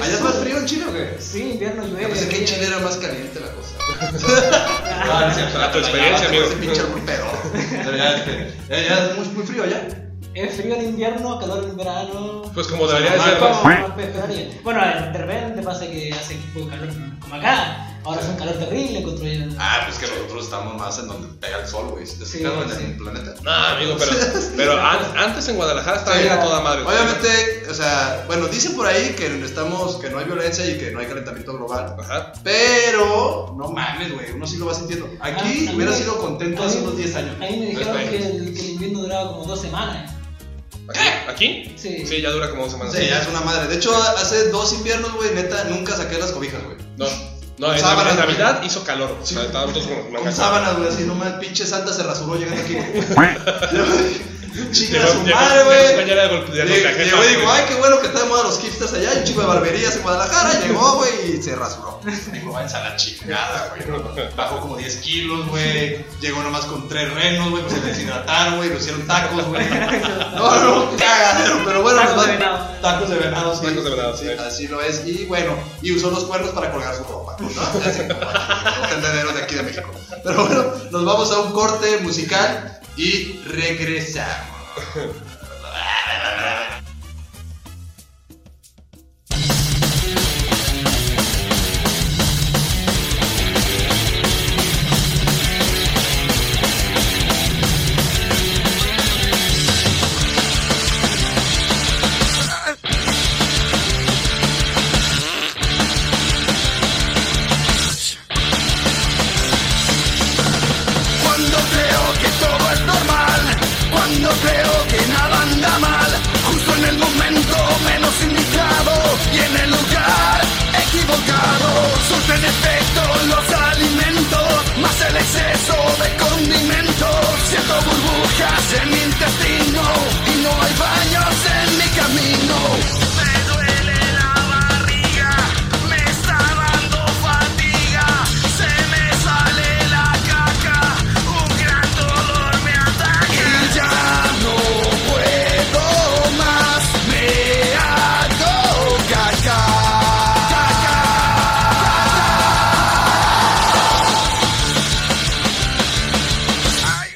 [SPEAKER 4] ¿Allá es más frío en Chile o qué?
[SPEAKER 2] Sí, invierno llueve.
[SPEAKER 4] Yo pensé que en
[SPEAKER 2] llueve.
[SPEAKER 4] Chile era más caliente la cosa.
[SPEAKER 3] Ah, sí, a tu experiencia, amigo.
[SPEAKER 4] Ese pinche árbol pedo. Pero ya, este, ya, ya es muy, muy frío allá.
[SPEAKER 2] Es frío en invierno, calor en verano.
[SPEAKER 3] Pues como debería de
[SPEAKER 2] Ah,
[SPEAKER 3] ser,
[SPEAKER 2] como
[SPEAKER 3] ¿no?
[SPEAKER 4] pues.
[SPEAKER 2] no puedes esperar bien. Bueno, de repente pasa que hace un calor como acá. Ahora es un calor terrible contra
[SPEAKER 4] Ah, pues que nosotros estamos más en donde pega el sol, güey.
[SPEAKER 2] Sí,
[SPEAKER 4] estamos
[SPEAKER 2] sí.
[SPEAKER 4] en el planeta.
[SPEAKER 3] No, amigo, pero, pero an- antes en Guadalajara estaba bien a toda madre.
[SPEAKER 4] Obviamente, o sea, bueno, dicen por ahí que estamos, que no hay violencia y que no hay calentamiento global.
[SPEAKER 3] Ajá.
[SPEAKER 4] Pero, no mames, güey, uno sí lo va sintiendo. Aquí
[SPEAKER 2] Ah, a
[SPEAKER 4] hubiera
[SPEAKER 2] mí me-
[SPEAKER 4] sido contento
[SPEAKER 2] a
[SPEAKER 4] hace
[SPEAKER 2] mí-
[SPEAKER 4] unos 10 años.
[SPEAKER 2] A mí me dijeron
[SPEAKER 3] Pues,
[SPEAKER 2] que el, que el invierno duraba como dos semanas.
[SPEAKER 3] ¿Aquí? ¿Aquí?
[SPEAKER 2] Sí. (laughs)
[SPEAKER 3] Sí, ya dura como dos semanas.
[SPEAKER 4] Sí, ya es una madre. De hecho, hace dos inviernos, güey, neta, nunca saqué las cobijas, güey.
[SPEAKER 3] No, no,
[SPEAKER 4] Con
[SPEAKER 3] en,
[SPEAKER 4] sábanas,
[SPEAKER 3] en
[SPEAKER 4] güey.
[SPEAKER 3] Navidad hizo calor. O sea,
[SPEAKER 4] Sí.
[SPEAKER 3] estábamos todos con
[SPEAKER 4] Con sábanas, güey, así nomás, pinche Santa se rasuró llegando aquí, güey. (laughs) Chinga
[SPEAKER 3] Llegó-
[SPEAKER 4] su
[SPEAKER 3] llegó-
[SPEAKER 4] madre,
[SPEAKER 3] llegó su
[SPEAKER 4] güey.
[SPEAKER 3] compañera de golpe- de
[SPEAKER 4] Lle-
[SPEAKER 3] cajeta,
[SPEAKER 4] Llegó y dijo,
[SPEAKER 3] güey.
[SPEAKER 4] ay, qué bueno que está de moda los hipsters allá, hay un chico de barberías en Guadalajara, llegó, güey, y se rasuró. (laughs) Dijo, váyanse a la chingada, güey. ¿no? Bajó como 10 kilos, güey, llegó nomás con tres renos, güey, pues se deshidrataron, güey, lo hicieron tacos, güey. No, no, cagadero, pero bueno.
[SPEAKER 2] Tacos
[SPEAKER 4] nos va-
[SPEAKER 2] de venado.
[SPEAKER 4] Tacos de venado, sí.
[SPEAKER 3] Tacos de venado, sí.
[SPEAKER 4] Así lo es, y bueno, y usó los cuernos para colgar su ropa, ¿no? Así como (laughs) los tendereros de aquí de México. Pero bueno, nos vamos a un corte musical y regresamos.
[SPEAKER 9] Cuando creo que todo es normal, cuando creo que nada anda mal, justo en el momento menos indicado y en el lugar equivocado. Surten efectos los alimentos, más el exceso de condimentos. Siento burbujas en mi intestino y no hay baños en mi camino. Me duele la barriga, me está dando fatiga, se me sale la caca, un gran dolor me ataca. Y ya no puedo más, me hago caca. Ay.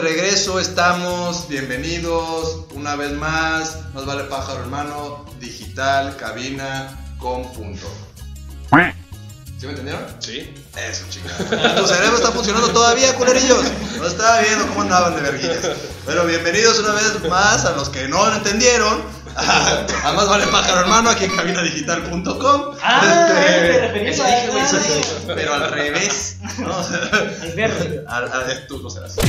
[SPEAKER 4] regreso, estamos, bienvenidos una vez más, nos vale pájaro hermano, digital, cabina, con punto. ¿Sí me entendieron?
[SPEAKER 3] Sí.
[SPEAKER 4] Eso, chingada. Tu cerebro está funcionando todavía, culerillos. No estaba viendo cómo andaban de verguillas. Pero bienvenidos una vez más a los que no lo entendieron. (laughs) A más vale pájaro hermano aquí en cabinadigital.com.
[SPEAKER 2] Ah,
[SPEAKER 4] Este,
[SPEAKER 2] te referías
[SPEAKER 4] eso
[SPEAKER 2] a-
[SPEAKER 4] dije, güey, eso
[SPEAKER 2] ah,
[SPEAKER 4] dije, pero al revés. ¿no? O sea,
[SPEAKER 2] Al verde.
[SPEAKER 4] al- al- tú no serás. (laughs)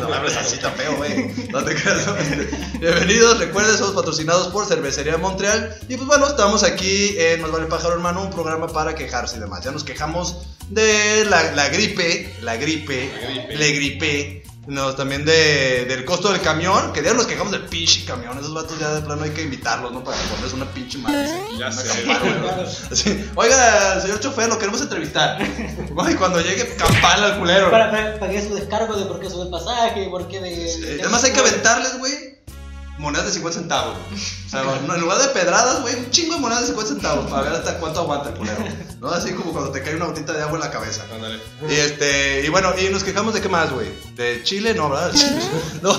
[SPEAKER 4] No me hables así tan feo, güey. No te creas. no. Bienvenidos, recuerden, somos patrocinados por Cervecería Montreal. Y pues bueno, estamos aquí en Nos Vale Pájaro Hermano, un programa para quejarse y demás. Ya nos quejamos de la, la gripe, la gripe,
[SPEAKER 3] La gripe.
[SPEAKER 4] le gripé. No, también de, del costo del camión, que ya nos quejamos del pinche camión. Esos vatos ya de plano hay que invitarlos, ¿no? Para que ponerles una pinche madre.
[SPEAKER 3] Ya
[SPEAKER 4] Una
[SPEAKER 3] sé.
[SPEAKER 4] campana, ¿no?
[SPEAKER 3] (laughs)
[SPEAKER 4] Así, Oiga, señor chofer, lo queremos entrevistar. Y cuando llegue, campana al culero.
[SPEAKER 2] Para, para, para que su descargo de por qué sube el pasaje, por qué de.
[SPEAKER 4] Eh,
[SPEAKER 2] de-
[SPEAKER 4] Además hay que aventarles, güey, monedas de 50 centavos. O sea, no, en lugar de pedradas, güey, un chingo de monedas de 50 centavos para ver hasta cuánto aguanta el culero. ¿No? Así como cuando te cae una gotita de agua en la cabeza.
[SPEAKER 3] Ándale.
[SPEAKER 4] Y este, y bueno, y nos quejamos de qué más, güey. De Chile, no, ¿verdad? (laughs) No.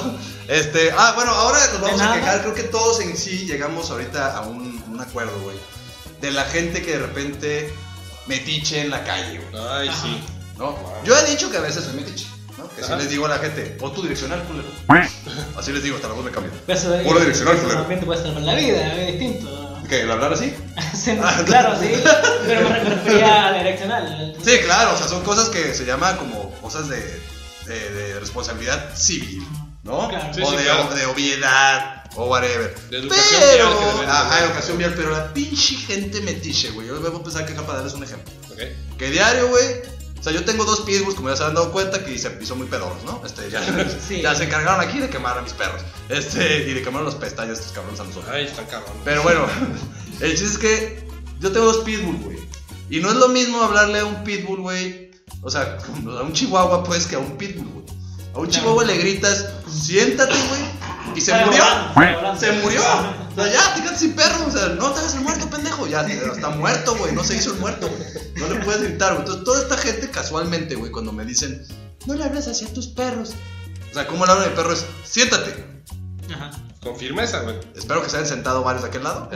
[SPEAKER 4] Este, ah, bueno, ahora nos vamos a
[SPEAKER 2] nada.
[SPEAKER 4] quejar. Creo que todos en sí llegamos ahorita a un, un acuerdo, güey. De la gente que de repente metiche en la calle, güey.
[SPEAKER 3] Ay, sí.
[SPEAKER 4] ¿no? Yo he dicho que a veces soy metiche, ¿no? Que sí
[SPEAKER 3] Ajá.
[SPEAKER 4] les digo a la gente, pon tu direccional, culero. Así les digo, hasta la voz me cambia.
[SPEAKER 2] Pero eso-
[SPEAKER 4] Puro direccional,
[SPEAKER 2] eso
[SPEAKER 4] culero.
[SPEAKER 2] También te puede salvar la vida, es distinto.
[SPEAKER 4] ¿Qué? ¿El hablar así?
[SPEAKER 2] (laughs) Sí,
[SPEAKER 4] Ah,
[SPEAKER 2] claro, sí. Pero me refería a la direccional.
[SPEAKER 4] Sí, claro, o sea, son cosas que se llaman como cosas de, de- de responsabilidad civil, ¿no?
[SPEAKER 2] Claro.
[SPEAKER 3] Sí,
[SPEAKER 4] o
[SPEAKER 3] sí,
[SPEAKER 4] de,
[SPEAKER 3] claro.
[SPEAKER 4] de obviedad, o whatever.
[SPEAKER 3] De educación
[SPEAKER 4] pero,
[SPEAKER 3] vial que les venden,
[SPEAKER 4] Ajá,
[SPEAKER 3] ¿no?
[SPEAKER 4] educación vial, pero la pinche gente metiche, güey. Yo les voy a empezar que para darles un ejemplo.
[SPEAKER 3] Ok.
[SPEAKER 4] Que diario, güey. O sea, yo tengo dos pitbulls, como ya se han dado cuenta, que se piso muy pedorros, ¿no? Este,
[SPEAKER 3] (laughs)
[SPEAKER 4] ya,
[SPEAKER 2] Sí.
[SPEAKER 4] ya se encargaron aquí de quemar a mis perros. Este, y de quemar las pestañas de estos cabrones a nosotros.
[SPEAKER 3] Ay, está cabrón.
[SPEAKER 4] Pero bueno, (laughs) el chiste es que yo tengo dos pitbull, güey. Y no es lo mismo hablarle a un pitbull, güey. O sea, (laughs) a un chihuahua, pues, que a un pitbull, güey. A un chihuahua le gritas, "Pues, siéntate, güey. Y se
[SPEAKER 2] Sale
[SPEAKER 4] murió.
[SPEAKER 2] volando, sale volando.
[SPEAKER 4] Se murió. O sea, ya, te quedas sin perro. O sea, no te hagas el muerto, pendejo. Ya, está muerto, güey. No se hizo el muerto, güey. No le puedes gritar, güey. Entonces, toda esta gente casualmente, güey, cuando me dicen, no le hablas así a tus perros. O sea, ¿cómo le hablan de perro? Es, siéntate.
[SPEAKER 2] Ajá.
[SPEAKER 3] Con firmeza, güey.
[SPEAKER 4] Espero que se hayan sentado varios de
[SPEAKER 2] (laughs)
[SPEAKER 4] aquel lado.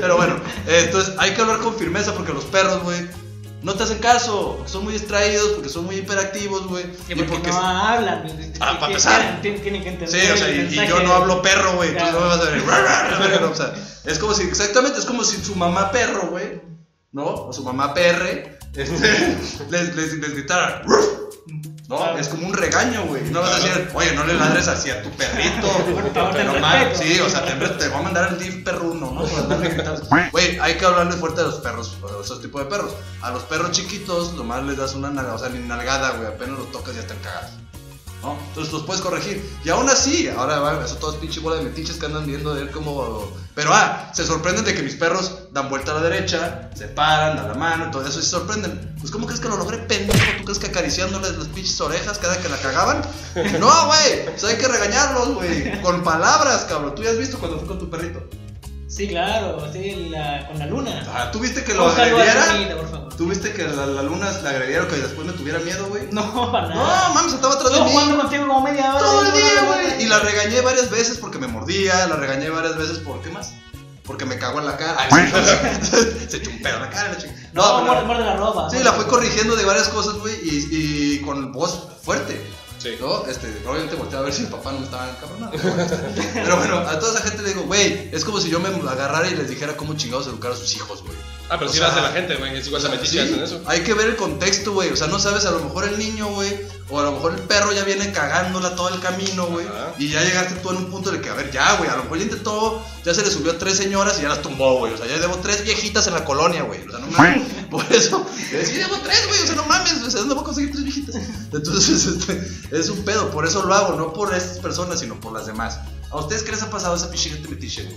[SPEAKER 4] Pero bueno, eh, entonces hay que hablar con firmeza porque los perros, güey, no te hacen caso. Porque son muy distraídos, porque son muy hiperactivos, güey.
[SPEAKER 2] Y porque, no hablan.
[SPEAKER 4] Ah, para
[SPEAKER 2] Tienen-
[SPEAKER 4] empezar.
[SPEAKER 2] Tienen, tienen que entender.
[SPEAKER 4] Sí, o sea,
[SPEAKER 2] el
[SPEAKER 4] y, y
[SPEAKER 2] mensaje.
[SPEAKER 4] yo no hablo perro, güey. pues Entonces
[SPEAKER 2] Claro.
[SPEAKER 4] no me vas a ver. "Rar, rar", ¿no? O sea, es como si, exactamente, es como si su mamá perro, güey, ¿no? O su mamá perre, este, (laughs) les, les, les gritara. "Ruf", ¿No?
[SPEAKER 2] Claro.
[SPEAKER 4] Es como un regaño, güey. No vas a decir, oye, no le ladres así a
[SPEAKER 2] (laughs)
[SPEAKER 4] tu perrito.
[SPEAKER 2] favor, ten
[SPEAKER 4] pero mal.
[SPEAKER 2] respeto.
[SPEAKER 4] Sí, o sea, te, te voy a mandar el DIF perruno, ¿no? Por andarle gritando. Güey, hay que hablarle fuerte a los perros, a esos tipos de perros. A los perros chiquitos, nomás les das una nalgada, o sea, ni nalgada, güey. Apenas los tocas y ya están cagados. ¿no? Entonces los puedes corregir. Y aún así, ahora van, eso todos pinche bola de metiches que andan viendo de ver cómo. Pero ah, se sorprenden de que mis perros dan vuelta a la derecha, se paran, dan la mano, todo eso y se sorprenden. Pues ¿cómo crees que lo logré, pendejo? ¿Tú crees que acariciándoles las pinches orejas cada que la (laughs) cagaban? No, güey. O sea, hay que regañarlos, güey. Con palabras, cabrón. Tú ya has visto cuando fui con tu perrito.
[SPEAKER 2] Sí, claro, sí, la, con la luna.
[SPEAKER 4] Ah, ¿tú viste que lo
[SPEAKER 2] Un saludo a la
[SPEAKER 4] agrediera?
[SPEAKER 2] lunita, por favor.
[SPEAKER 4] ¿Tú viste que la, la luna la agrediera o que después me tuviera miedo, güey?
[SPEAKER 2] No, para nada.
[SPEAKER 4] No, mames, estaba atrás de
[SPEAKER 2] Estuve
[SPEAKER 4] mí.
[SPEAKER 2] jugando contigo como media hora.
[SPEAKER 4] Todo el
[SPEAKER 2] no,
[SPEAKER 4] día,
[SPEAKER 2] no, no,
[SPEAKER 4] güey. Y la regañé varias veces porque me mordía, la regañé varias veces por qué más. Porque me cagó en la cara. Ay, (laughs) sí. se echó un pedo en la cara, la chica.
[SPEAKER 2] No,
[SPEAKER 4] No,
[SPEAKER 2] muerde,
[SPEAKER 4] pero-
[SPEAKER 2] muerde la ropa.
[SPEAKER 4] Sí, la fui corrigiendo de varias cosas, güey, y, y con voz fuerte.
[SPEAKER 3] Sí.
[SPEAKER 4] ¿No? Este, probablemente volteé a ver si el papá no me estaba encabronando. (laughs) Pero bueno, a toda esa gente le digo, güey, es como si yo me agarrara y les dijera cómo chingados educar a sus hijos, güey.
[SPEAKER 3] Ah, pero
[SPEAKER 4] O
[SPEAKER 3] sí
[SPEAKER 4] sea,
[SPEAKER 3] lo hace la gente, güey. Es igual la metiche
[SPEAKER 4] Sí,
[SPEAKER 3] hacen eso.
[SPEAKER 4] Hay que ver el contexto, güey. O sea, no sabes, a lo mejor el niño, güey, o a lo mejor el perro ya viene cagándola todo el camino, güey.
[SPEAKER 3] Ajá.
[SPEAKER 4] Y ya llegaste tú en un punto en el que, a ver, ya, güey, a lo mejor ya intentó, ya se le subió a tres señoras y ya las tumbó, güey. O sea, ya debo tres viejitas en la colonia, güey. O sea, no mames. Por eso, sí, debo tres, güey. O sea, no mames. O sea, ¿dónde voy a conseguir tres viejitas? Entonces, (laughs) este, es un pedo. Por eso lo hago, no por estas personas, sino por las demás. ¿A ustedes qué les ha pasado esa pinche gente metiche, güey?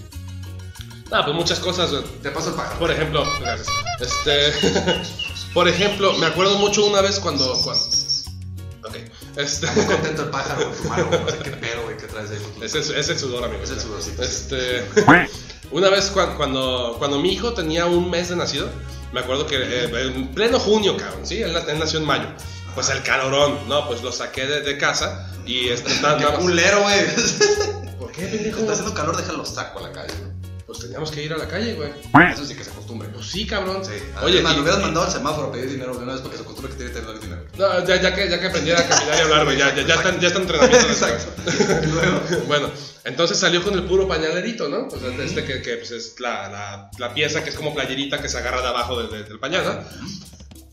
[SPEAKER 3] Ah, pues muchas cosas, güey.
[SPEAKER 4] Te paso el pájaro.
[SPEAKER 3] Por ejemplo, gracias. Este. (laughs) por ejemplo, me acuerdo mucho una vez cuando. cuando ok. Este.
[SPEAKER 4] Está muy contento el pájaro con tu mano, güey. O sea, qué pedo, güey, que traes ahí.
[SPEAKER 3] Es el, es el sudor, amigo.
[SPEAKER 4] Es el sudorcito.
[SPEAKER 3] Este. Una vez cua- cuando, cuando mi hijo tenía un mes de nacido, me acuerdo que eh, en pleno junio, cabrón, ¿sí? Él, na- él nació en mayo. pues el calorón, no, pues lo saqué de, de casa
[SPEAKER 4] (laughs)
[SPEAKER 3] y este, nada- nada más-
[SPEAKER 4] Culero, güey.
[SPEAKER 3] ¿Por qué, pendejo?
[SPEAKER 4] Está haciendo calor, déjalo saco a la calle. güey.
[SPEAKER 3] Pues teníamos que ir a la calle, güey.
[SPEAKER 4] Eso sí que se acostumbre.
[SPEAKER 3] Pues sí, cabrón.
[SPEAKER 4] Sí.
[SPEAKER 3] Oye,
[SPEAKER 4] Oye, man,
[SPEAKER 3] y-
[SPEAKER 4] lo hubieras mandado al semáforo a pedir dinero de una vez para que se acostumbre que tiene que tener dinero.
[SPEAKER 3] No, ya, ya que, ya que aprendiera a caminar y hablar, güey, ya, ya, ya, está, ya está entrenamiento. (laughs)
[SPEAKER 4] Exacto. Y luego.
[SPEAKER 3] bueno, entonces salió con el puro pañalerito, ¿no? Pues este- este que, que, pues, es la, la- la pieza que es como playerita que se agarra de abajo del- del- del pañal, ¿no?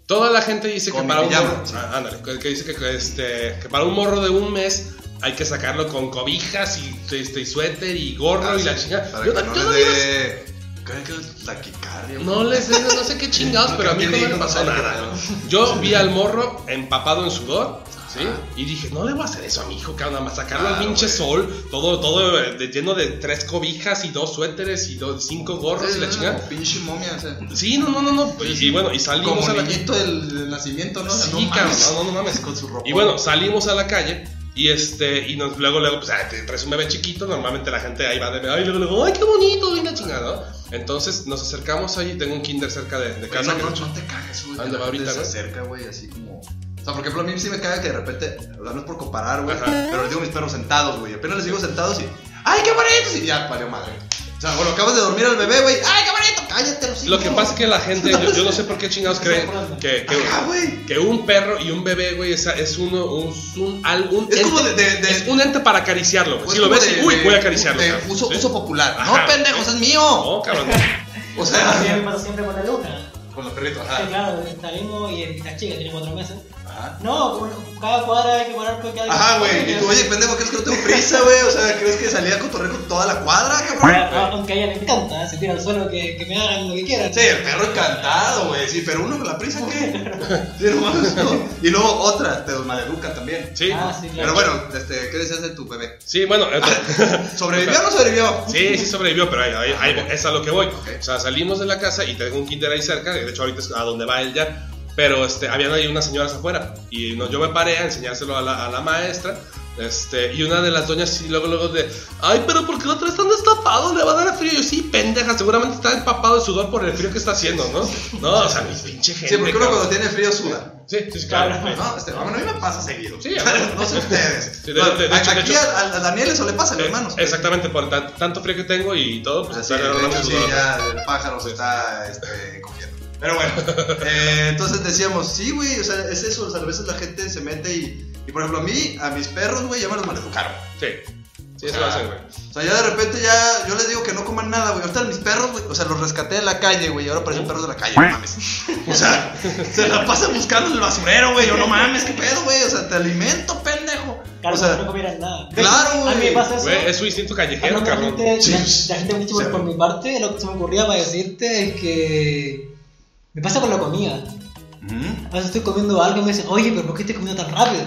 [SPEAKER 3] Toda la gente dice que
[SPEAKER 4] Con
[SPEAKER 3] para un
[SPEAKER 4] pijama,
[SPEAKER 3] morro,
[SPEAKER 4] sí.
[SPEAKER 3] Ah, ándale, que- que dice que, que, este, que para un morro de un mes hay que sacarlo con cobijas y, este, y suéter y gorro
[SPEAKER 4] Ah,
[SPEAKER 3] y
[SPEAKER 4] sí,
[SPEAKER 3] la chingada.
[SPEAKER 4] Para
[SPEAKER 3] Yo-
[SPEAKER 4] que
[SPEAKER 3] yo
[SPEAKER 4] no
[SPEAKER 3] no
[SPEAKER 4] les dé. ¿Qué- qué es Taquicardia.
[SPEAKER 3] no les sé, no sé qué chingados, pero a mí
[SPEAKER 4] Creo
[SPEAKER 3] no
[SPEAKER 4] que
[SPEAKER 3] me
[SPEAKER 4] ni-
[SPEAKER 3] pasó
[SPEAKER 4] no sé
[SPEAKER 3] nada.
[SPEAKER 4] qué
[SPEAKER 3] Yo vi al morro empapado en sudor, ¿sí? Y dije, no le voy a hacer eso a mi hijo, cabrón, nada más sacarlo al
[SPEAKER 4] Claro,
[SPEAKER 3] pinche
[SPEAKER 4] Ah, güey.
[SPEAKER 3] sol, todo, todo eh, de- lleno de tres cobijas y dos suéteres y dos- cinco gorros
[SPEAKER 4] Sí,
[SPEAKER 3] y la
[SPEAKER 4] no,
[SPEAKER 3] chingada.
[SPEAKER 4] Pinche momia, o sea.
[SPEAKER 3] Sí, no, no, no, no. Y, y bueno, y salimos
[SPEAKER 4] Como
[SPEAKER 3] a la
[SPEAKER 4] niñito del nacimiento, ¿no? O sea,
[SPEAKER 3] Sí,
[SPEAKER 4] no mames.
[SPEAKER 3] cabrón, no, no, no mames.
[SPEAKER 4] Con su ropa.
[SPEAKER 3] Y bueno, salimos a la calle y este y nos, luego luego pues ah, te traes un bebé chiquito, normalmente la gente ahí va de ay, luego luego, ay, qué bonito, y la chingada. ¿no? Entonces nos acercamos ahí, tengo un kinder cerca de, de
[SPEAKER 4] Pero
[SPEAKER 3] casa.
[SPEAKER 4] no,
[SPEAKER 3] que-
[SPEAKER 4] no, no te cagues, güey.
[SPEAKER 3] Anda,
[SPEAKER 4] que la
[SPEAKER 3] va
[SPEAKER 4] gente
[SPEAKER 3] ahorita,
[SPEAKER 4] se
[SPEAKER 3] ¿no?
[SPEAKER 4] acerca, güey, así como. O sea, por ejemplo, a mí sí me caga que de repente, o sea, no es por comparar, güey,
[SPEAKER 3] Ajá.
[SPEAKER 4] pero les digo a mis perros sentados, güey. Apenas les digo sentados y, ¡ay, qué bonitos! Y ya, valió madre. O sea, o lo acabas de dormir al bebé, güey, ¡ay, qué bonito! ¡Cállate, los
[SPEAKER 3] Lo que pasa es que la gente, yo, yo no sé por qué chingados creen que, que,
[SPEAKER 4] Ajá, güey.
[SPEAKER 3] que un perro y un bebé, güey, es, es uno, un, es un, al- un
[SPEAKER 4] Es como
[SPEAKER 3] ente-
[SPEAKER 4] de- de- de-
[SPEAKER 3] es un ente para acariciarlo, güey.
[SPEAKER 4] Pues
[SPEAKER 3] Si lo
[SPEAKER 4] como
[SPEAKER 3] ves, y,
[SPEAKER 4] de-
[SPEAKER 3] uy,
[SPEAKER 4] de-
[SPEAKER 3] voy a acariciarlo.
[SPEAKER 4] de
[SPEAKER 3] cabrón.
[SPEAKER 4] uso,
[SPEAKER 3] Sí.
[SPEAKER 4] uso popular.
[SPEAKER 3] Ajá.
[SPEAKER 4] no, pendejos, es mío.
[SPEAKER 3] No,
[SPEAKER 4] (laughs)
[SPEAKER 3] cabrón.
[SPEAKER 4] O
[SPEAKER 2] Así me
[SPEAKER 4] sea,
[SPEAKER 2] pasa siempre con la luna.
[SPEAKER 4] con los perritos,
[SPEAKER 2] Que
[SPEAKER 4] ajá.
[SPEAKER 2] claro, salimos y esta chica tiene cuatro meses.
[SPEAKER 4] Ajá.
[SPEAKER 2] No, bueno, cada cuadra hay que parar porque hay
[SPEAKER 4] Ajá, güey. Y tú, oye, pendejo, ¿crees que no tengo prisa, güey? O sea, ¿crees que salía a cotorrear con toda la cuadra, cabrón?
[SPEAKER 2] A- Ah, Aunque a ella le encanta, ¿eh? se tira al suelo que, que me hagan lo que quieran.
[SPEAKER 4] Sí, el perro encantado, güey. Sí, pero uno con la prisa, ¿qué? Sí, no mames, no. Y luego otra, te maleduca también.
[SPEAKER 3] Sí.
[SPEAKER 2] Ah, sí,
[SPEAKER 4] Pero
[SPEAKER 2] claro.
[SPEAKER 4] bueno, este, ¿qué decías de tu bebé?
[SPEAKER 3] Sí,
[SPEAKER 4] (laughs)
[SPEAKER 3] bueno.
[SPEAKER 4] ¿Sobrevivió o no sobrevivió?
[SPEAKER 3] Sí, sí sobrevivió, pero ahí, ahí- ahí- es a lo que voy. O sea, salimos de la casa y tengo un kinder ahí cerca, de hecho ahorita es a donde va él ya, pero este, habían ahí unas señoras afuera y no, yo me paré a enseñárselo a la, a la maestra. Este, y una de las doñas sí, luego, luego de, ay, pero ¿por qué lo traes tan destapado? Le va a dar frío. Yo sí, pendeja, seguramente está empapado de sudor por el frío que está haciendo, ¿no? No, o sea, mi pinche gente.
[SPEAKER 4] Sí, porque uno cuando
[SPEAKER 3] cabrón. Ah,
[SPEAKER 4] tiene frío suda.
[SPEAKER 3] Sí, sí, sí, claro.
[SPEAKER 4] No, este, bueno, a mí me pasa seguido.
[SPEAKER 3] Sí, a
[SPEAKER 4] Pero
[SPEAKER 3] mí.
[SPEAKER 4] no sé ustedes.
[SPEAKER 3] Sí, de- de- de hecho, de
[SPEAKER 4] Aquí
[SPEAKER 3] hecho.
[SPEAKER 4] a, a- a Daniel eso le pasa,
[SPEAKER 3] Eh,
[SPEAKER 4] hermanos.
[SPEAKER 3] Exactamente, por tan- tanto frío que tengo y todo, pues
[SPEAKER 4] Pues así,
[SPEAKER 3] está
[SPEAKER 4] de
[SPEAKER 3] agarrando
[SPEAKER 4] hecho, sí,
[SPEAKER 3] sudor.
[SPEAKER 4] ya el pájaro se está este, cogiendo. Pero
[SPEAKER 3] (laughs)
[SPEAKER 4] bueno, eh, entonces decíamos, sí, güey, o sea, es eso, o sea, a veces la gente se mete y, y por ejemplo, a mí, a mis perros, güey, ya me los maleducaron.
[SPEAKER 3] Sí, sí, eso
[SPEAKER 4] O sea,
[SPEAKER 3] lo hacen, güey.
[SPEAKER 4] O sea, ya de repente ya yo les digo que no coman nada, güey. Ahorita mis perros, güey, o sea, los rescaté de la calle, güey, y ahora parecen perros de la calle, no mames. O sea, se la pasan buscando en el basurero, güey, yo no mames, qué pedo, güey, o sea, te alimento, pendejo.
[SPEAKER 2] Claro,
[SPEAKER 4] o sea,
[SPEAKER 2] no comieran nada.
[SPEAKER 4] claro,
[SPEAKER 2] A mí me
[SPEAKER 4] güey.
[SPEAKER 2] pasa eso.
[SPEAKER 3] Güey, es su instinto callejero, cabrón.
[SPEAKER 2] Normalmente,
[SPEAKER 4] Sí.
[SPEAKER 2] la, la gente me dice, por,
[SPEAKER 4] Sí.
[SPEAKER 2] por mi parte, lo que se me ocurría para decirte es que me pasa con la comida.
[SPEAKER 4] Ujú.
[SPEAKER 2] A veces estoy comiendo algo y me dicen, oye, pero ¿por qué estás comiendo tan rápido?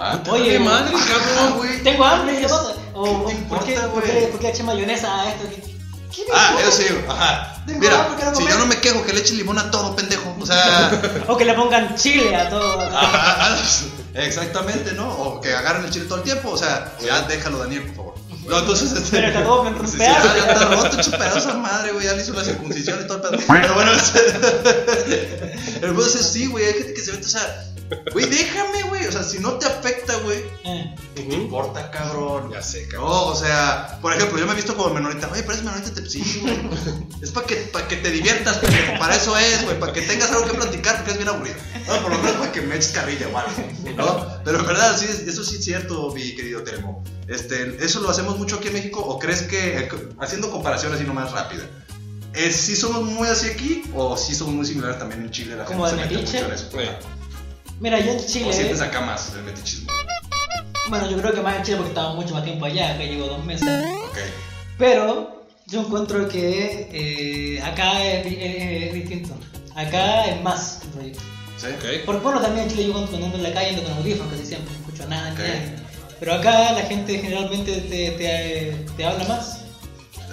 [SPEAKER 4] Ah,
[SPEAKER 2] Oye,
[SPEAKER 3] ¡Qué madre,
[SPEAKER 4] ah,
[SPEAKER 3] cabrón!
[SPEAKER 2] (laughs)
[SPEAKER 4] güey.
[SPEAKER 2] Tengo hambre, ¿qué pasa? O,
[SPEAKER 4] ¿Qué te
[SPEAKER 2] o, ¿por, qué,
[SPEAKER 4] importa,
[SPEAKER 2] ¿por,
[SPEAKER 4] güey?
[SPEAKER 2] qué, ¿por qué le eché mayonesa a esto? ¿Qué, qué me
[SPEAKER 4] Ah,
[SPEAKER 2] importa?
[SPEAKER 4] eso sí, ajá.
[SPEAKER 2] Tengo
[SPEAKER 4] Mira,
[SPEAKER 2] hambre, quiero
[SPEAKER 4] si
[SPEAKER 2] comer.
[SPEAKER 4] yo no me quejo que le eche limón a todo, pendejo. O sea,
[SPEAKER 2] O que le pongan chile a todo.
[SPEAKER 4] Ah. exactamente, ¿no? O que agarren el chile todo el tiempo. O sea, ya déjalo, Daniel, por favor. No, entonces, este.
[SPEAKER 2] Pero está todo bien
[SPEAKER 4] Sí, sí,
[SPEAKER 2] rompeado.
[SPEAKER 4] ya, (laughs) ya está roto, hecho pedazos a madre, güey. Ya le hizo la circuncisión y todo el pedo. Pero bueno, (laughs) este, el punto es sí, güey. Hay gente que se mete, o sea, güey, déjame, güey. O sea, si no te afecta, güey,
[SPEAKER 2] Eh,
[SPEAKER 4] ¿qué te importa, cabrón?
[SPEAKER 3] Ya sé, cabrón.
[SPEAKER 4] No, o sea, por ejemplo, yo me he visto como menorita. Oye, pero es menorita te sí, güey. Es para que, pa' que te diviertas, pendejo. Para eso es, güey. Para que tengas algo que platicar, porque es bien aburrido. No, por lo menos para que me eches carrilla, igual. ¿No? Pero en verdad, sí, es- eso sí es cierto, mi querido Telmo. Este, ¿Eso lo hacemos mucho aquí en México? ¿O crees que, eh, haciendo comparaciones y no más rápida, eh, sí somos muy así aquí? ¿O sí somos muy similares también en Chile? La
[SPEAKER 2] ¿Como
[SPEAKER 4] gente se
[SPEAKER 2] de
[SPEAKER 4] mete
[SPEAKER 2] metiche?
[SPEAKER 4] mucho en eso.
[SPEAKER 3] Sí.
[SPEAKER 2] Mira, yo en Chile.
[SPEAKER 4] ¿O sientes acá más el metichismo?
[SPEAKER 2] Bueno, yo creo que más en Chile porque estaba mucho más tiempo allá, acá llevo dos meses.
[SPEAKER 4] Ok.
[SPEAKER 2] Pero yo encuentro que eh, acá es, di- es- es distinto. Acá es más el proyecto.
[SPEAKER 4] ¿Sí?
[SPEAKER 3] Ok.
[SPEAKER 2] Por bueno, también en Chile yo cuando cuando ando en la calle ando con audífonos casi siempre, no escucho nada, ni
[SPEAKER 4] Ok.
[SPEAKER 2] nadie. Pero acá la gente generalmente te, te, te habla más.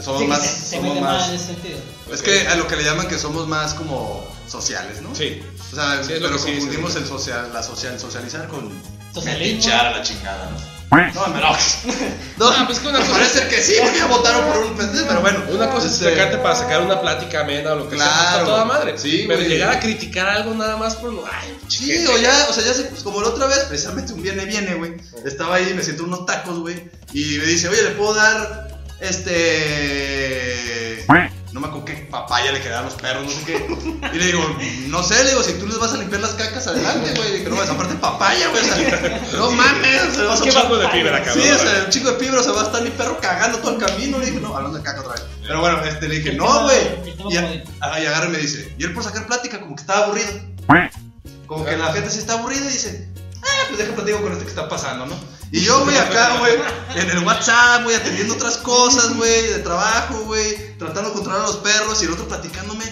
[SPEAKER 4] Somos
[SPEAKER 2] Sí,
[SPEAKER 4] más.
[SPEAKER 2] se, se
[SPEAKER 4] somos
[SPEAKER 2] mete
[SPEAKER 4] más.
[SPEAKER 2] en ese sentido.
[SPEAKER 4] Es
[SPEAKER 3] Ok.
[SPEAKER 4] que a lo que le llaman que somos más como sociales, ¿no?
[SPEAKER 3] Sí.
[SPEAKER 4] O sea,
[SPEAKER 3] Sí, es lo
[SPEAKER 4] pero
[SPEAKER 3] que sí,
[SPEAKER 4] confundimos
[SPEAKER 3] sí, sí.
[SPEAKER 4] el social, la social, socializar con
[SPEAKER 2] Socialismo.
[SPEAKER 4] metichar a la chingada, ¿no?
[SPEAKER 10] No, me lo.
[SPEAKER 4] No,
[SPEAKER 3] Ah, pues que una cosa-
[SPEAKER 4] parece que sí, porque ya votaron por un pendejo, pero bueno.
[SPEAKER 3] Una cosa es
[SPEAKER 4] este,
[SPEAKER 3] sacarte para sacar una plática amena o lo que sea, está
[SPEAKER 4] Claro.
[SPEAKER 3] toda madre.
[SPEAKER 4] Sí,
[SPEAKER 3] pero
[SPEAKER 4] güey.
[SPEAKER 3] llegar a criticar algo nada más por lo. Ay,
[SPEAKER 4] Sí, o ya, o sea, ya se, pues, como la otra vez, precisamente un viene, viene, güey. Estaba ahí, me siento unos tacos, güey. Y me dice, oye, ¿le puedo dar este. No me acuerdo qué papaya le quedaron los perros, no sé qué. Y le digo, no sé, le digo, si tú les vas a limpiar las cacas, adelante, güey. Le dije, no, esa parte papaya, güey. o sea, no mames, se vas a
[SPEAKER 3] Qué
[SPEAKER 4] chupar-
[SPEAKER 3] banco de fibra,
[SPEAKER 4] Sí,
[SPEAKER 3] cabrón.
[SPEAKER 4] o sea, un chico de fibra, o sea, va a estar mi perro cagando todo el camino. Le dije, no, hablando de caca otra vez. Pero bueno, este, le dije,
[SPEAKER 2] El
[SPEAKER 4] no,
[SPEAKER 2] tema-
[SPEAKER 4] güey.
[SPEAKER 2] el tema
[SPEAKER 4] Y, a-
[SPEAKER 2] comodín.
[SPEAKER 4] ajá, y agarra y me dice, y él por sacar plática, como que estaba aburrido. Como que la gente se está aburrida y dice, ah, pues deja platico con este que está pasando, ¿no? Y yo, güey, acá, güey, en el WhatsApp, güey, atendiendo otras cosas, güey, de trabajo, güey, tratando de controlar a los perros y el otro platicándome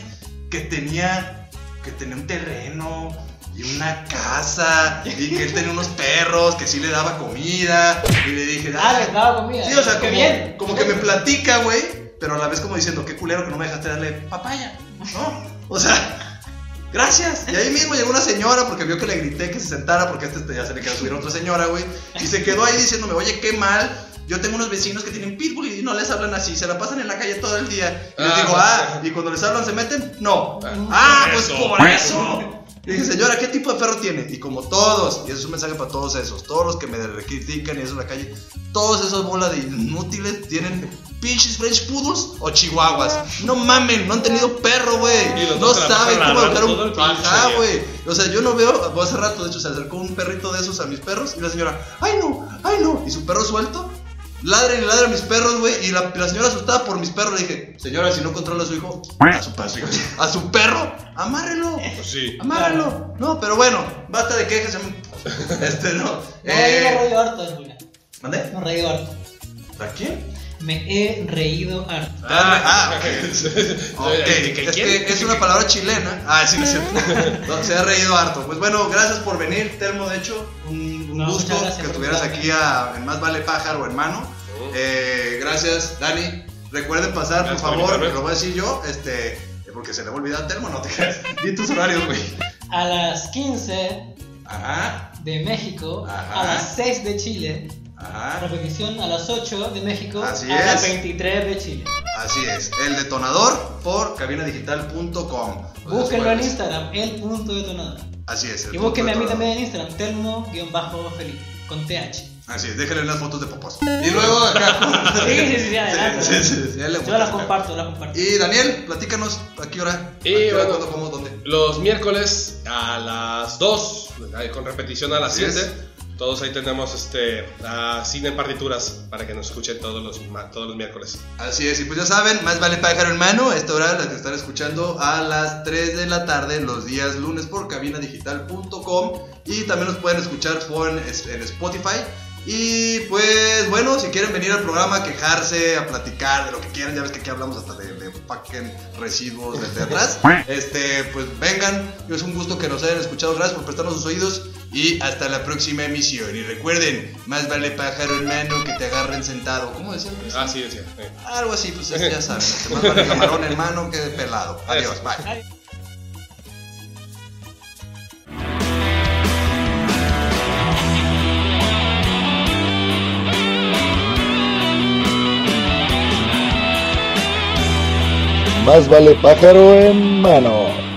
[SPEAKER 4] que tenía, que tenía un terreno y una casa y que él tenía unos perros, que sí le daba comida y le dije,
[SPEAKER 2] Ah, les daba comida.
[SPEAKER 4] Sí, o sea,
[SPEAKER 2] Qué
[SPEAKER 4] como,
[SPEAKER 2] bien.
[SPEAKER 4] como que me platica, güey, pero a la vez como diciendo, qué culero que no me dejaste darle papaya, ¿no? O sea, gracias. Y ahí mismo llegó una señora porque vio que le grité que se sentara porque a este ya se le quedó subir a otra señora, güey. Y se quedó ahí diciéndome, oye, qué mal. Yo tengo unos vecinos que tienen pitbull y no les hablan así, se la pasan en la calle todo el día. Y les
[SPEAKER 3] Ah,
[SPEAKER 4] digo,
[SPEAKER 3] sí.
[SPEAKER 4] ah, y cuando les hablan se meten, no.
[SPEAKER 3] Ah,
[SPEAKER 4] Ah, pues
[SPEAKER 3] eso.
[SPEAKER 4] por eso. Le dije, señora, ¿qué tipo de perro tiene? Y como todos, y eso es un mensaje para todos esos, todos los que me critican y eso en la calle, todos esos bolas de inútiles tienen pinches French Poodles o Chihuahuas. No mamen, no han tenido perro,
[SPEAKER 3] Y
[SPEAKER 4] güey.
[SPEAKER 3] los
[SPEAKER 4] No
[SPEAKER 3] dos se la
[SPEAKER 4] saben
[SPEAKER 3] pasan
[SPEAKER 4] cómo
[SPEAKER 3] ladrando
[SPEAKER 4] educar
[SPEAKER 3] todo el
[SPEAKER 4] un
[SPEAKER 3] pinche
[SPEAKER 4] Ajá,
[SPEAKER 3] día.
[SPEAKER 4] güey. O sea, yo no veo, pues hace rato, de hecho, se acercó un perrito de esos a mis perros y la señora, ay no, ay no. Y su perro suelto, ladren y ladren mis perros, güey. Y la, la señora asustada por mis perros, le dije, señora, si no controla a su hijo, a su, a su hijo, a su perro, amárrelo.
[SPEAKER 3] Pues sí.
[SPEAKER 4] Amárralo. No, pero bueno, basta de quejas. ya me- Este no.
[SPEAKER 2] No, yo me he
[SPEAKER 4] Eh,
[SPEAKER 2] reído harto, Julia.
[SPEAKER 4] ¿Mandé?
[SPEAKER 2] Me he reído harto.
[SPEAKER 4] ¿A quién?
[SPEAKER 2] Me he reído harto.
[SPEAKER 3] (laughs)
[SPEAKER 4] Ah, ah,
[SPEAKER 3] ok.
[SPEAKER 4] Ok, es que es una palabra chilena. Ah, sí, no es
[SPEAKER 3] (laughs)
[SPEAKER 4] cierto. No, se ha reído harto. Pues bueno, gracias por venir, Telmo. De hecho, un, un
[SPEAKER 2] No, muchas
[SPEAKER 4] gusto
[SPEAKER 2] gracias
[SPEAKER 4] que
[SPEAKER 2] por
[SPEAKER 4] estuvieras
[SPEAKER 2] invitarme.
[SPEAKER 4] aquí a, en Más Vale Pájaro, hermano. Eh, gracias, Dani. Recuerden pasar,
[SPEAKER 3] Oh. Gracias por
[SPEAKER 4] por favor,
[SPEAKER 3] invitarme.
[SPEAKER 4] lo voy a decir yo, este, porque se le va a olvidar a Telmo, no te creas. Di tus horarios, güey.
[SPEAKER 2] A las 15
[SPEAKER 4] Ajá,
[SPEAKER 2] de México,
[SPEAKER 4] Ajá.
[SPEAKER 2] a las 6 de Chile,
[SPEAKER 4] ajá.
[SPEAKER 2] repetición a las 8 de México,
[SPEAKER 4] Así
[SPEAKER 2] a las
[SPEAKER 4] es. Pues
[SPEAKER 2] 23 de Chile.
[SPEAKER 4] Así es. El detonador por cabinadigital.com.
[SPEAKER 2] Búsquenlo en Instagram, el punto detonador.
[SPEAKER 4] Así es. el
[SPEAKER 2] Y búsquenme a mí
[SPEAKER 4] detonador.
[SPEAKER 2] también en Instagram, telmo-feliz, con TH.
[SPEAKER 4] Así es, déjenle unas fotos de popos. Y luego acá.
[SPEAKER 2] (laughs) Sí, sí, sí, sí, adelante.
[SPEAKER 4] Sí, sí, sí, sí, ya le
[SPEAKER 2] Yo las
[SPEAKER 4] gustas,
[SPEAKER 2] comparto, las comparto.
[SPEAKER 4] Y Daniel, platícanos a qué hora.
[SPEAKER 3] Y
[SPEAKER 4] a qué hora,
[SPEAKER 3] bueno.
[SPEAKER 4] cuándo, cómo, dónde.
[SPEAKER 3] Los miércoles a las 2, ¿verdad? Y con repetición a las
[SPEAKER 4] Así
[SPEAKER 3] 7. Todos ahí tenemos este a cine en partituras para que nos escuchen todos los ma- todos los miércoles.
[SPEAKER 4] Así es, y pues ya saben, más vale pájaro en mano. A Esta hora la que están escuchando a las 3 de la tarde, los días lunes por cabinadigital.com. Y también nos pueden escuchar por en, en Spotify. Y pues bueno, si quieren venir al programa a quejarse, a platicar de lo que quieran, ya ves que aquí hablamos hasta de, de fucking residuos desde atrás. Este, pues vengan, es un gusto que nos hayan escuchado. Gracias por prestarnos sus oídos y hasta la próxima emisión. Y recuerden, más vale pájaro en mano que te agarren sentado. ¿Cómo decía el presidente?
[SPEAKER 3] Ah, sí, decía. eh.
[SPEAKER 4] Algo así, pues es- ya saben. Más vale camarón en mano que pelado. Adiós, bye.
[SPEAKER 1] Más vale pájaro en mano.